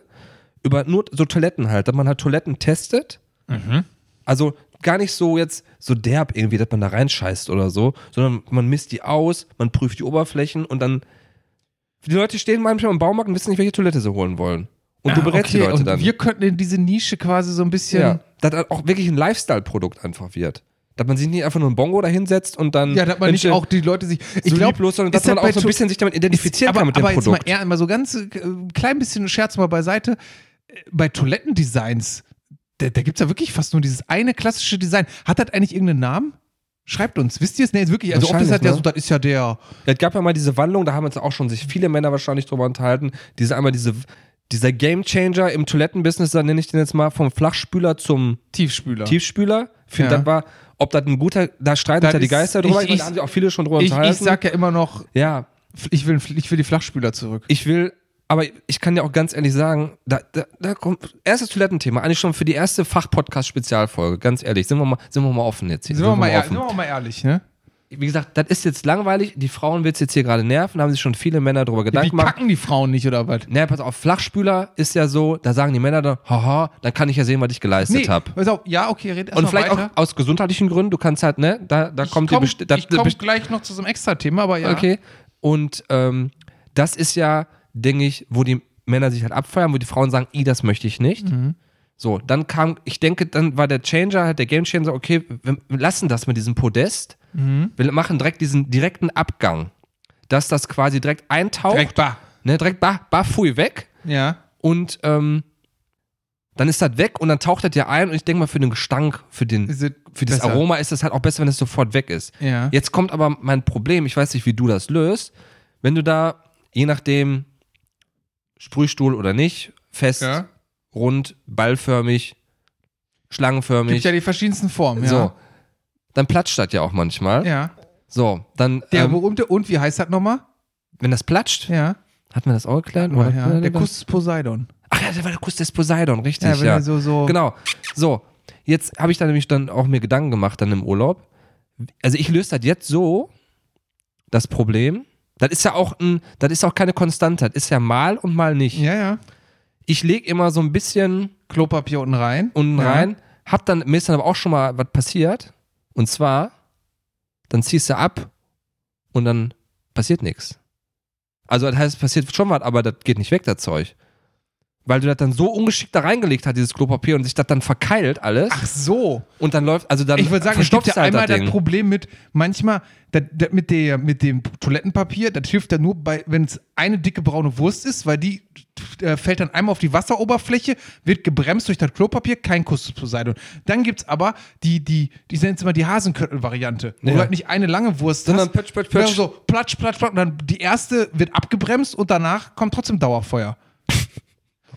über nur so Toiletten halt, dass man halt Toiletten testet.
Mhm.
Also gar nicht so jetzt so derb irgendwie, dass man da reinscheißt oder so, sondern man misst die aus, man prüft die Oberflächen und dann die Leute stehen manchmal im Baumarkt und wissen nicht, welche Toilette sie holen wollen. Und du
Ah,
berätst die
okay,
Leute
und
dann.
Wir könnten in diese Nische quasi so ein bisschen.
ja, dass das auch wirklich ein Lifestyle-Produkt einfach wird. Dass man sich nicht einfach nur ein Bongo da hinsetzt und dann
Ja, dass man nicht
Menschen-
auch die Leute sich.
ich
Ich
so
glaub,
lieblos, sondern
ist
dass man
das
auch
bei
so ein
Tut-
bisschen sich damit identifizieren
aber,
kann mit dem
aber jetzt
Produkt.
Mal, eher mal so ganz äh, klein bisschen Scherz mal beiseite. Äh, Bei Toilettendesigns, da, da gibt es ja wirklich fast nur dieses eine klassische Design. Hat das eigentlich irgendeinen Namen? Schreibt uns, wisst ihr es? Nee, jetzt wirklich, also oft ist
Wahrscheinlich,
das ja
ne?
so, das ist ja der.
es gab ja mal diese Wandlung, da haben uns auch schon sich viele Männer wahrscheinlich drüber unterhalten. Diese einmal diese, dieser Gamechanger im Toilettenbusiness, da nenne ich den jetzt mal, vom Flachspüler zum
Tiefspüler.
Tiefspüler. Ich finde,
Ja.
das war, ob das ein guter, da streiten
Das
sich ja die
ist-
Geister drüber.
ich-
Ich, meine,
ich-
da haben sich auch viele schon drüber
ich, ich
unterhalten.
sag ja immer noch,
ja,
ich will, ich will die Flachspüler zurück.
ich will Aber ich kann dir auch ganz ehrlich sagen, da, da, da kommt erstes Toilettenthema, eigentlich schon für die erste Fachpodcast-Spezialfolge, ganz ehrlich, sind wir mal, sind wir mal offen jetzt hier.
Sind wir, mal ehr-
offen.
sind wir mal ehrlich, ne?
Wie gesagt, das ist jetzt langweilig, die Frauen willst jetzt hier gerade nerven, haben sich schon viele Männer darüber Gedanken
Die
gemacht.
kacken die Frauen nicht, oder was?
Naja, pass auf, Flachspüler ist ja so, da sagen die Männer dann, haha, dann kann ich ja sehen, was ich geleistet habe.
pass auf, ja, okay, red erst
Und
mal
vielleicht
weiter.
auch aus gesundheitlichen Gründen, du kannst halt, ne, da, da kommt die besti- da,
ich komm
best-
gleich noch zu so einem Extra-Thema, aber ja.
Okay. Und ähm, das ist ja, denke ich, wo die Männer sich halt abfeuern, wo die Frauen sagen, i, das möchte ich nicht.
Mhm.
So, dann kam, ich denke, dann war der Changer, halt der Gamechanger, okay, wir wir lassen das mit diesem Podest.
Mhm.
Wir machen direkt diesen direkten Abgang. Dass das quasi direkt eintaucht,
Direkt
direkt,
bah.
ne, direkt bah, bah, pfui, weg.
Ja.
Und ähm, dann ist das weg und dann taucht das ja ein. Und ich denke mal, für den Gestank, für, den,
Ist es
für das
besser?
Aroma ist das halt auch besser, wenn es sofort weg ist.
Ja.
Jetzt kommt aber mein Problem, ich weiß nicht, wie du das löst. Wenn du da, je nachdem, Sprühstuhl oder nicht, fest,
ja.
rund, ballförmig,
Gibt
schlangenförmig,
ja die verschiedensten Formen, ja.
so, dann platscht das ja auch manchmal.
Ja.
So, dann,
Der
ähm,
berühmte, und wie heißt das nochmal?
wenn das platscht,
Ja.
hat man das auch geklärt?
Ja,
Oder-
ja. Der Kuss des Poseidon.
Ach ja, der war der Kuss des Poseidon, richtig.
Ja,
Ja,
wenn er so, so.
Genau. So, jetzt habe ich da nämlich dann auch mir Gedanken gemacht dann im Urlaub. Also ich löse das jetzt so, das Problem. Das ist ja auch ein, das ist auch keine Konstante, das ist ja mal und mal nicht.
Ja, ja.
Ich lege immer so ein bisschen
Klopapier unten rein.
unten
ja.
rein, hab dann, mir ist dann aber auch schon mal was passiert. Und zwar, dann ziehst du ab und dann passiert nichts. Also das heißt, es passiert schon was, aber das geht nicht weg, das Zeug. Weil du das dann so ungeschickt da reingelegt hast, dieses Klopapier, und sich das dann verkeilt alles.
Ach so.
Und dann läuft, also dann
Ich würde sagen, es gibt
verstopft
ja
halt
einmal das,
Ding.
Problem mit, manchmal das, das mit, der, mit dem Toilettenpapier, das hilft ja nur, bei, wenn es eine dicke braune Wurst ist, weil die äh, fällt dann einmal auf die Wasseroberfläche, wird gebremst durch das Klopapier, kein Kuss des Poseidon. Dann gibt es aber die, die, die sind jetzt immer die Hasenköttel-Variante, wo du
Ja.
halt nicht eine lange Wurst
Sondern
hast.
pötsch, pötsch, pötsch.
Ja, So platsch, platsch, platsch. Und dann die erste wird abgebremst und danach kommt trotzdem Dauerfeuer.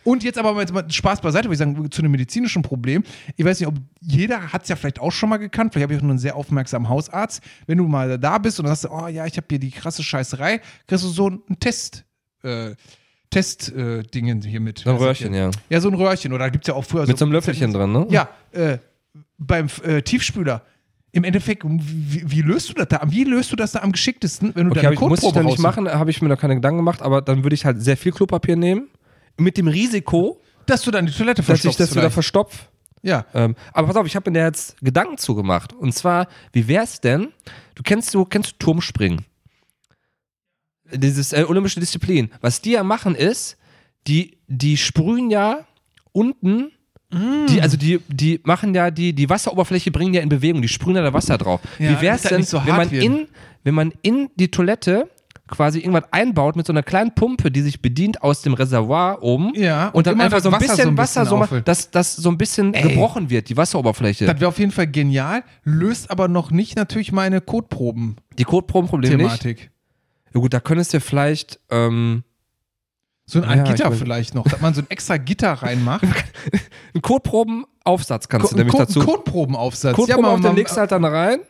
Und jetzt aber mal jetzt mal Spaß beiseite, würde ich sagen, zu einem medizinischen Problem. Ich weiß nicht, ob jeder hat es ja vielleicht auch schon mal gekannt. Vielleicht habe ich auch nur einen sehr aufmerksamen Hausarzt. Wenn du mal da bist und dann sagst, oh ja, ich habe hier die krasse Scheißerei, kriegst du so einen Test. Äh, Test-Dingen hier mit.
So ein Röhrchen, ja.
Ja, so ein Röhrchen. Oder gibt es ja auch früher
Mit so einem Löffelchen drin, ne?
ja, äh, beim äh, Tiefspüler. Im Endeffekt, um, wie, wie löst du das da? Wie löst du das da am geschicktesten, wenn du
Okay,
deine
hab ich, muss ich
Kotprobe
dann nicht
rausnimmst?
machen, habe ich mir da keine Gedanken gemacht, aber dann würde ich halt sehr viel Klopapier nehmen. Mit dem Risiko,
Dass du dann die Toilette
dass ich
verstopfst
das wieder
vielleicht.
verstopf.
Ja,
Ähm, aber pass auf, ich habe mir da jetzt Gedanken zugemacht. Und zwar, wie wär's denn? Du kennst du kennst du Turmspringen? Dieses äh, olympische Disziplin. Was die ja machen ist, die die sprühen ja unten.
Mm.
Die, also die, die machen ja die, die Wasseroberfläche bringen ja in Bewegung, die sprühen ja da Wasser drauf.
Ja,
Wie
dass
wär's
das
denn,
nicht so
wenn,
hart
man
wird.
in, wenn man in die Toilette quasi irgendwas einbaut mit so einer kleinen Pumpe, die sich bedient aus dem Reservoir um oben
Ja,
und,
und
dann
immer
einfach
das
so ein
Wasser
bisschen,
so ein
Wasser
bisschen
so machen,
auffüllt.
dass das so ein bisschen
Ey.
gebrochen wird, die Wasseroberfläche.
das wäre auf jeden Fall genial, löst aber noch nicht natürlich meine Kotproben-Thematik.
die Kotprobenproblem nicht. Ja gut, da könntest du vielleicht, ähm,
So ein
Ja, ich
Gitter
mein-
vielleicht noch, dass man so ein extra Gitter reinmacht.
einen Kotprobenaufsatz kannst du
Ko-
nämlich
Ko-
dazu.
Kotprobenaufsatz.
Kotproben
man-
auf den
man-
legst du halt dann rein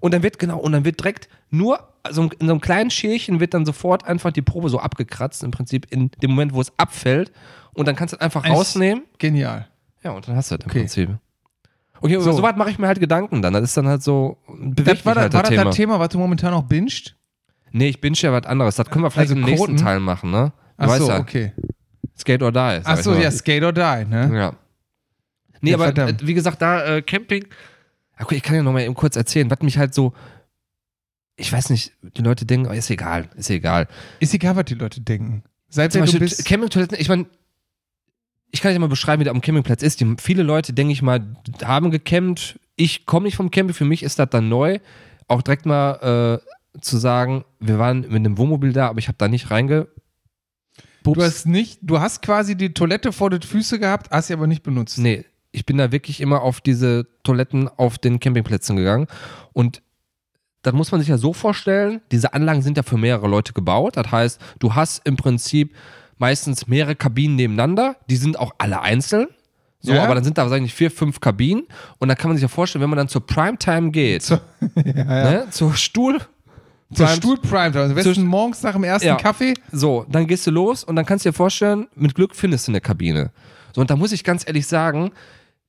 und dann wird, genau, und dann wird direkt nur, also in so einem kleinen Schälchen wird dann sofort einfach die Probe so abgekratzt, im Prinzip in dem Moment, wo es abfällt und dann kannst du es einfach
Eigentlich-
rausnehmen.
Genial.
Ja, und dann hast du es im
Okay.
Prinzip. Okay, so.
So.
soweit mache ich mir halt Gedanken dann. Das ist dann halt so, bewegt
Das war,
mich
da,
halt
war
das
das
Thema.
das Thema, was du momentan noch bingst?
Nee, ich bin ja was anderes. Das können wir vielleicht
Also
im nächsten
Kroten?
Teil machen, ne? Du
Achso,
weißt ja,
okay.
Skate or Die. sag ich
Achso,
mal.
ja, Skate or Die, ne?
ja. Nee,
Ja,
aber äh,
verdammt.
wie gesagt, da äh, Camping. Ah, gut, ich kann ja noch mal eben kurz erzählen, was mich halt so. Ich weiß nicht, die Leute denken, oh, ist egal, ist egal.
Ist egal, was die Leute denken. Seit
Zum
wer du
Beispiel
bist.
Campingtoiletten, ich meine, ich kann nicht mal beschreiben, wie das am Campingplatz ist. Die, viele Leute, denke ich mal, haben gecampt. Ich komme nicht vom Camping, für mich ist das dann neu. Auch direkt mal äh, zu sagen, wir waren mit einem Wohnmobil da, aber ich habe da nicht reinge.
Du hast nicht, du hast quasi die Toilette vor den Füßen gehabt, hast sie aber nicht benutzt.
Nee, ich bin da wirklich immer auf diese Toiletten auf den Campingplätzen gegangen. Und das muss man sich ja so vorstellen, diese Anlagen sind ja für mehrere Leute gebaut. Das heißt, du hast im Prinzip meistens mehrere Kabinen nebeneinander, die sind auch alle einzeln. So,
Ja.
aber dann sind da wahrscheinlich vier, fünf Kabinen. Und da kann man sich ja vorstellen, wenn man dann zur Primetime geht,
Zur- ja, ja.
ne, zur Stuhl,
Der
Primes.
Stuhl Primetime. Am besten
Zwischen-
morgens nach dem ersten
Ja.
Kaffee.
So, dann gehst du los und dann kannst du dir vorstellen, mit Glück findest du eine Kabine. So, und da muss ich ganz ehrlich sagen,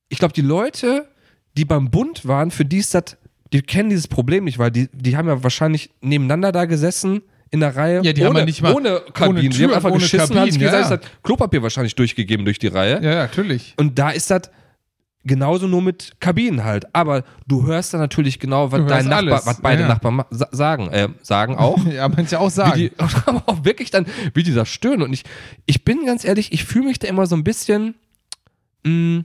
ich glaube, die Leute, die beim Bund waren, für die ist das, die kennen dieses Problem nicht, weil die, die haben ja wahrscheinlich nebeneinander da gesessen in der Reihe.
Ja, die haben
ohne,
ja nicht mal-
ohne
ohne
Kabinen. die
Tür
haben einfach
und ohne
geschissen,
Kabinen,
haben sich
ja,
gesagt,
ja.
das Klopapier wahrscheinlich durchgegeben durch die Reihe.
Ja, ja, natürlich.
Und da ist das genauso nur mit Kabinen halt. Aber du hörst da natürlich genau, was
Du hörst
dein Nachbar,
alles.
was beide
Ja, ja.
Nachbarn ma- sa- sagen, äh, sagen auch.
Ja, manche auch sagen.
Wie die, aber auch wirklich dann, wie die da stöhnen. Und ich, ich bin ganz ehrlich, ich fühle mich da immer so ein bisschen, mh,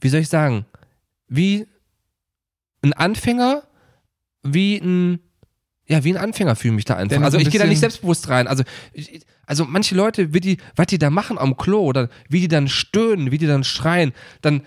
wie soll ich sagen, wie ein Anfänger, wie ein, ja, wie ein Anfänger fühle ich mich da einfach.
Der noch
also
ein
ich gehe da
bisschen-
nicht selbstbewusst rein. Also, ich, also manche Leute, wie die, was die da machen am Klo oder wie die dann stöhnen, wie die dann schreien, dann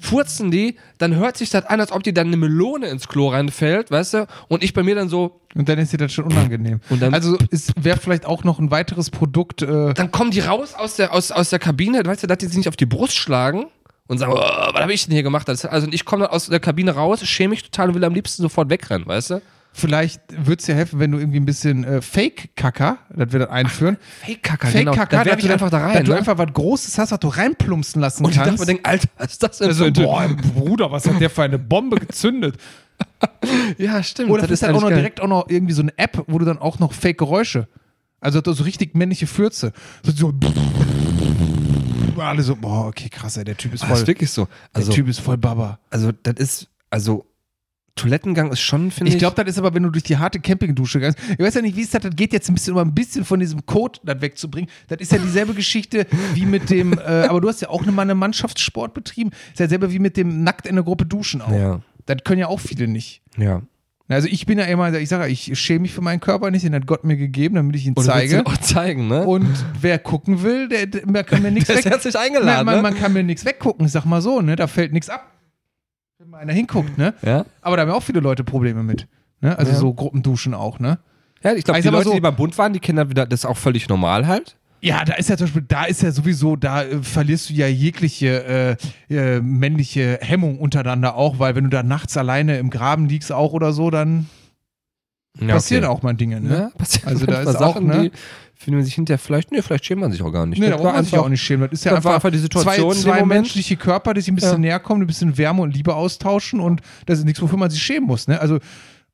furzen die, dann hört sich das an, als ob die dann eine Melone ins Klo reinfällt, weißt du? Und ich bei mir dann so,
Und dann ist dir das schon unangenehm.
Und dann-
also wäre vielleicht auch noch ein weiteres Produkt. Äh,
dann kommen die raus aus der, aus, aus der Kabine, weißt du, dass die sich nicht auf die Brust schlagen und sagen, oh, was habe ich denn hier gemacht? Das- Also ich komme dann aus der Kabine raus, schäme mich total und will am liebsten sofort wegrennen, weißt du?
vielleicht würde es dir helfen, wenn du irgendwie ein bisschen äh, Fake-Kacker, das wir dann einführen.
Fake-Kacker, genau. Dann werf
dass
ich einfach da rein.
Dass du
Ne?
einfach was Großes hast, was du reinplumpsen lassen
und ich dachte
kannst.
mir, denk, Alter, was ist das denn
also,
für ein Typ?
boah, Bruder, was hat der für eine Bombe gezündet?
Ja, stimmt.
Oder das ist dann auch noch
eigentlich geil.
direkt auch noch irgendwie so eine App, wo du dann auch noch Fake-Geräusche. Also so richtig männliche Fürze. So, so alle so, boah, okay, krass, ey, der Typ ist
Das ist
voll.
wirklich so.
Der
Also,
Typ ist voll Baba.
also das ist, also Toilettengang ist schon, finde ich.
Ich glaube, das ist aber, wenn du durch die harte Campingdusche gehst. Ich weiß ja nicht, wie es das, das geht jetzt ein bisschen, um ein bisschen von diesem Code das wegzubringen. Das ist ja dieselbe Geschichte wie mit dem, äh, aber du hast ja auch eine- mal einen Mannschaftssport betrieben. Ist ja selber wie mit dem nackt in der Gruppe duschen auch.
Ja.
Das können ja auch viele nicht.
ja.
Also ich bin ja immer, ich sage, ich schäme mich für meinen Körper nicht, den hat Gott mir gegeben, damit ich ihn
Oder willst du
zeige.
Auch zeigen, ne?
Und wer gucken will, der, der, der kann mir nichts
der ist
weg.
herzlich
Man,
eingeladen,
man,
ne?
man kann mir nichts weggucken, ich sag mal so, ne? Da fällt nichts ab. Wenn mal einer hinguckt, ne?
Ja,
Aber da haben ja auch viele Leute Probleme mit. Ne? Also
Ja.
so Gruppenduschen auch, ne?
ja ich glaube,
Ich
die
sag mal
Leute,
so-
die beim Bund waren, die kennen das wieder, das ist auch völlig normal halt.
Ja, da ist ja zum Beispiel, da ist ja sowieso, da äh, verlierst du ja jegliche äh, äh, männliche Hemmung untereinander auch, weil wenn du da nachts alleine im Graben liegst auch oder so, dann
Ja,
passieren
okay.
auch mal Dinge, ne?
Ne? Passieren
Also da
manchmal
ist auch,
Sachen,
ne?
die finden man sich hinterher vielleicht, nee, vielleicht schämt man sich auch gar nicht.
Nee, da
Das
braucht
war
man sich auch nicht schämen. Das ist ja
das
einfach,
war einfach die Situation
zwei,
in dem
zwei
Moment.
menschliche Körper, die sich ein bisschen
Ja.
näher kommen, ein bisschen Wärme und Liebe austauschen und das ist nichts, wofür man sich schämen muss. Ne? Also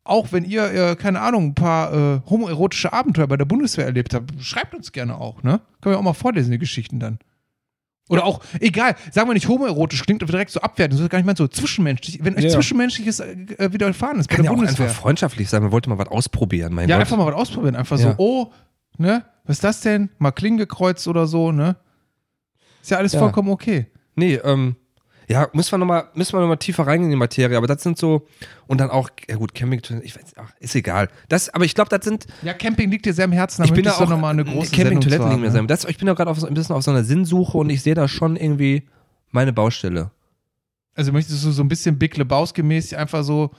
auch wenn ihr, äh, keine Ahnung, ein paar äh, homoerotische Abenteuer bei der Bundeswehr erlebt habt, schreibt uns gerne auch. Ne? Können wir auch mal vorlesen, die Geschichten dann. Oder auch, egal, sagen wir nicht homoerotisch, klingt direkt so abwertend, so gar nicht mal so zwischenmenschlich, wenn euch
Ja.
zwischenmenschliches äh, äh, widerfahren ist bei
Kann
der
ja auch
Bundeswehr.
einfach freundschaftlich sein, man wollte mal was ausprobieren, mein
Ja,
Gott.
einfach mal was ausprobieren. Einfach so,
Ja.
oh, ne, was ist das denn? Mal Klingen gekreuzt oder so, ne? Ist ja alles
Ja.
vollkommen okay.
Nee, ähm, ja, müssen wir nochmal noch mal tiefer reingehen in die Materie, aber das sind so, und dann auch, ja gut, Camping, ich weiß, ach, ist egal. Das, aber ich glaube, das sind,
Ja, Camping liegt dir sehr am Herzen.
ich bin da
möchtest du
auch,
noch mal eine große Sendung zu
Camping-Toiletten liegen
haben,
mir
ne?
sein. Das, ich bin da gerade auf so- ein bisschen auf so einer Sinnsuche und ich sehe da schon irgendwie meine Baustelle.
Also möchtest du so ein bisschen Big Lebowski-mäßig einfach so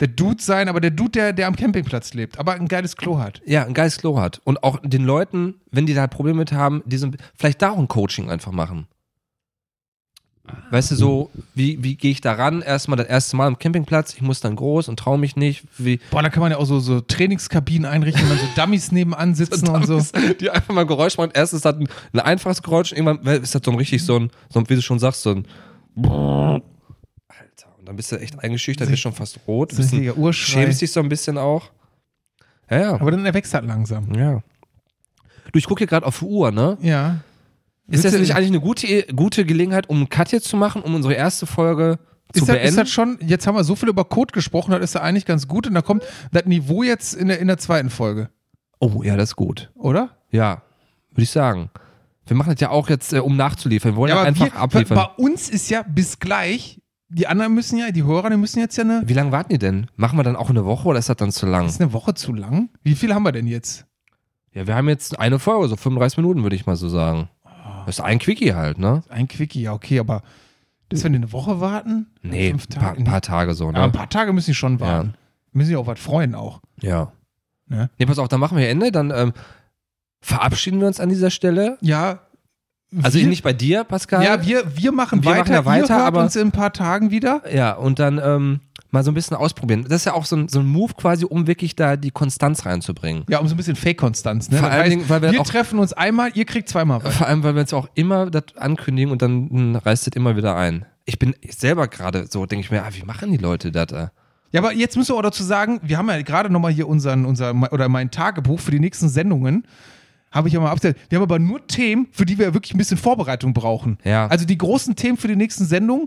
der Dude sein, aber der Dude, der, der am Campingplatz lebt, aber ein geiles Klo hat.
Ja, ein geiles Klo hat. Und auch den Leuten, wenn die da Probleme mit haben, die so, vielleicht da auch ein Coaching einfach machen. Weißt du, so, wie, wie gehe ich da ran? Erstmal das erste Mal am Campingplatz, ich muss dann groß und traue mich nicht. Wie,
Boah, da kann man ja auch so, so Trainingskabinen einrichten, wo dann so Dummies nebenan sitzen und so.
Die einfach mal Geräusch machen. Erst ist das ein, ein einfaches Geräusch und irgendwann ist das so ein richtig so ein, so ein wie du schon sagst, so ein. Alter, und dann bist du echt eingeschüchtert, bist schon fast rot.
Das ist
Bist
ein
ein,
richtiger Urschrei.
schämst dich so ein bisschen auch. Ja, ja.
Aber dann erwächst das langsam.
ja. Du, ich gucke hier gerade auf die Uhr, ne?
Ja.
Ist das
Willst du-
nicht eigentlich eine gute, gute Gelegenheit, um einen Cut hier zu machen, um unsere erste Folge zu
ist das,
beenden?
ist das schon, jetzt haben wir so viel über Code gesprochen, das ist ja eigentlich ganz gut und da kommt das Niveau jetzt in der, in der zweiten Folge,
oh, ja, das ist gut.
oder?
Ja, würde ich sagen. Wir machen das ja auch jetzt, äh, um nachzuliefern. Wir wollen ja, einfach abliefern.
bei uns ist ja bis gleich, die anderen müssen ja, die Hörer, die müssen jetzt ja eine,
Wie lange warten die denn? Machen wir dann auch eine Woche oder ist das dann zu lang?
ist eine Woche zu lang. Wie viel haben wir denn jetzt?
Ja, wir haben jetzt eine Folge, so 35 Minuten würde ich mal so sagen.
Ah.
Das ist ein Quickie halt, ne?
Ein Quickie, ja okay, aber dass wir eine Woche warten?
Nee, ein
Fünf
paar,
Tage?
ein paar Tage so,
ja, ein
ne?
paar Tage müssen die schon warten. Müssen sich auch was freuen auch.
Ja.
Ne?
Nee, pass auf, dann machen wir Ende, dann ähm, verabschieden wir uns an dieser Stelle.
Ja,
Also
wir,
nicht bei dir, Pascal.
ja, wir, wir machen
Wir machen
weiter,
ja weiter,
ihr hört
aber-
uns in ein paar Tagen wieder.
Ja, und dann ähm, mal so ein bisschen ausprobieren. Das ist ja auch so ein, so ein Move quasi, um wirklich da die Konstanz reinzubringen.
Ja, um so ein bisschen Fake-Konstanz. Ne?
Vor
Das
allen
heißt,
Dingen, weil wir auch-
treffen uns einmal, ihr kriegt zweimal was.
Vor allem, weil wir jetzt auch immer das ankündigen und dann hm, reißt es immer wieder ein. Ich bin selber gerade so, denke ich mir, ah, wie machen die Leute das? äh?
Ja, aber jetzt müssen wir auch dazu sagen, wir haben ja gerade nochmal hier unseren, unser, oder mein Tagebuch für die nächsten Sendungen. Habe ich ja mal abgestellt. Wir haben aber nur Themen, für die wir wirklich ein bisschen Vorbereitung brauchen.
Ja.
Also die großen Themen für die nächsten Sendungen,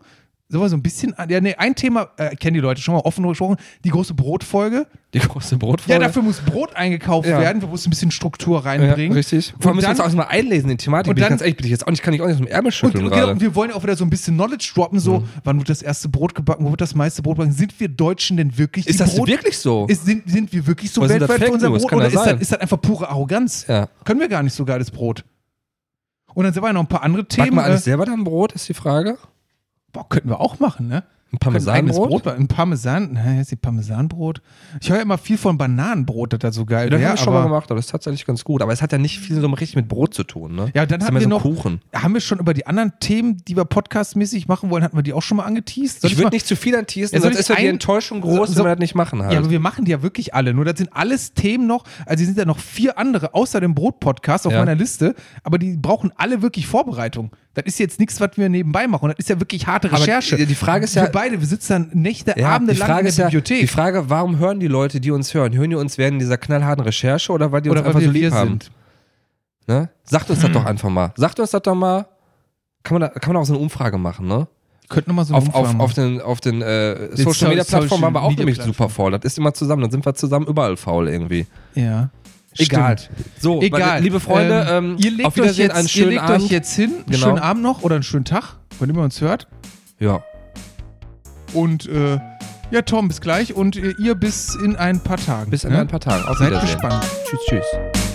sollen wir so ein bisschen, ja, nee, ein Thema, äh, kennen die Leute schon mal offen gesprochen, die große Brotfolge.
Die große Brotfolge.
Ja, dafür muss Brot eingekauft
Ja.
werden, wir müssen ein bisschen Struktur
Ja,
reinbringen.
richtig. Vor allem müssen wir
dann-
uns auch erstmal einlesen in die Thematik.
Und
bin ich
dann-
ganz ehrlich, bin ich jetzt auch nicht, kann ich auch nicht aus dem Ärmel
Und,
schütteln
und, genau,
gerade. Mhm.
und wir wollen auch wieder so ein bisschen Knowledge droppen, so, wann wird das erste Brot gebacken, wo wird das meiste Brot gebacken? Sind wir Deutschen denn wirklich die
ist das
Brot
wirklich so?
Ist, sind, sind wir wirklich so
Oder sind das
weltweit für
Fake
unser
News?
Brot?
Kann
Oder
ja
ist das,
sein.
ist das einfach pure Arroganz?
Ja.
Können wir gar nicht so geiles Brot. Und dann sind wir noch ein paar andere
Backen
Themen.
wir alles
äh,
selber dann Brot, ist die Frage?
boah, könnten wir auch machen, ne?
Ein
Können wir ein eigenes
Parmesanbrot?
Brot backen. ein Parmesan, na, jetzt die Parmesanbrot. Ich höre ja immer viel von Bananenbrot, dass das so geil
Ja, das
wäre.
haben wir schon mal
aber-
gemacht, aber das ist tatsächlich ganz gut. Aber es hat ja nicht viel so richtig mit Brot zu tun, ne?
Ja, dann
Das ist
hatten wir
immer so
noch-
Kuchen.
Haben wir schon über die anderen Themen, die wir podcastmäßig machen wollen, hatten wir die auch schon mal angeteased? Soll
ich
mal-
würde nicht zu viel antießen,
Ja, soll
sonst
ich
ist ja die
ein-
Enttäuschung groß,
so-
wenn wir das nicht machen halt.
Ja, aber wir machen die ja wirklich alle. Nur das sind alles Themen noch. Also, hier sind ja noch vier andere außer dem Brot-Podcast auf
Ja.
meiner Liste. Aber die brauchen alle wirklich Vorbereitung. Das ist jetzt nichts, was wir nebenbei machen. Das ist ja wirklich harte
Aber
Recherche.
die- die Frage ist ja-
Wir beide, wir sitzen dann Nächte,
Ja,
Abende
die
lang
Frage
in der
ist ja,
Bibliothek.
die Frage, warum hören die Leute, die uns hören? Hören die uns während dieser knallharten Recherche oder weil die uns
Oder
einfach
was wir
so lieb
hier
haben?
sind.
Ne? Sagt uns das doch einfach mal. Sagt uns das doch mal. Kann man, da, kann man auch so eine Umfrage machen, ne?
Könnten nochmal so
Auf,
einen
auf,
Umfang
auf
machen.
den, auf den äh,
Social-
Social Media Plattformen waren wir auch
Media
nämlich
Plattformen.
super faul. Das ist immer zusammen, dann sind wir zusammen überall faul irgendwie.
Ja.
Egal.
Stimmt.
So,
Egal.
meine, liebe Freunde, ähm,
ihr legt,
auf
euch
Wiedersehen,
jetzt,
einen
ihr
schönen
legt
Abend.
euch jetzt hin. Einen
Genau.
schönen Abend noch oder einen schönen Tag, wann immer ihr uns hört.
Ja.
Und äh, ja, Tom, bis gleich. Und äh, ihr bis in ein paar Tagen.
Bis in
ne?
ein paar Tagen. Auf
Seid
Wiedersehen.
gespannt.
Tschüss, tschüss.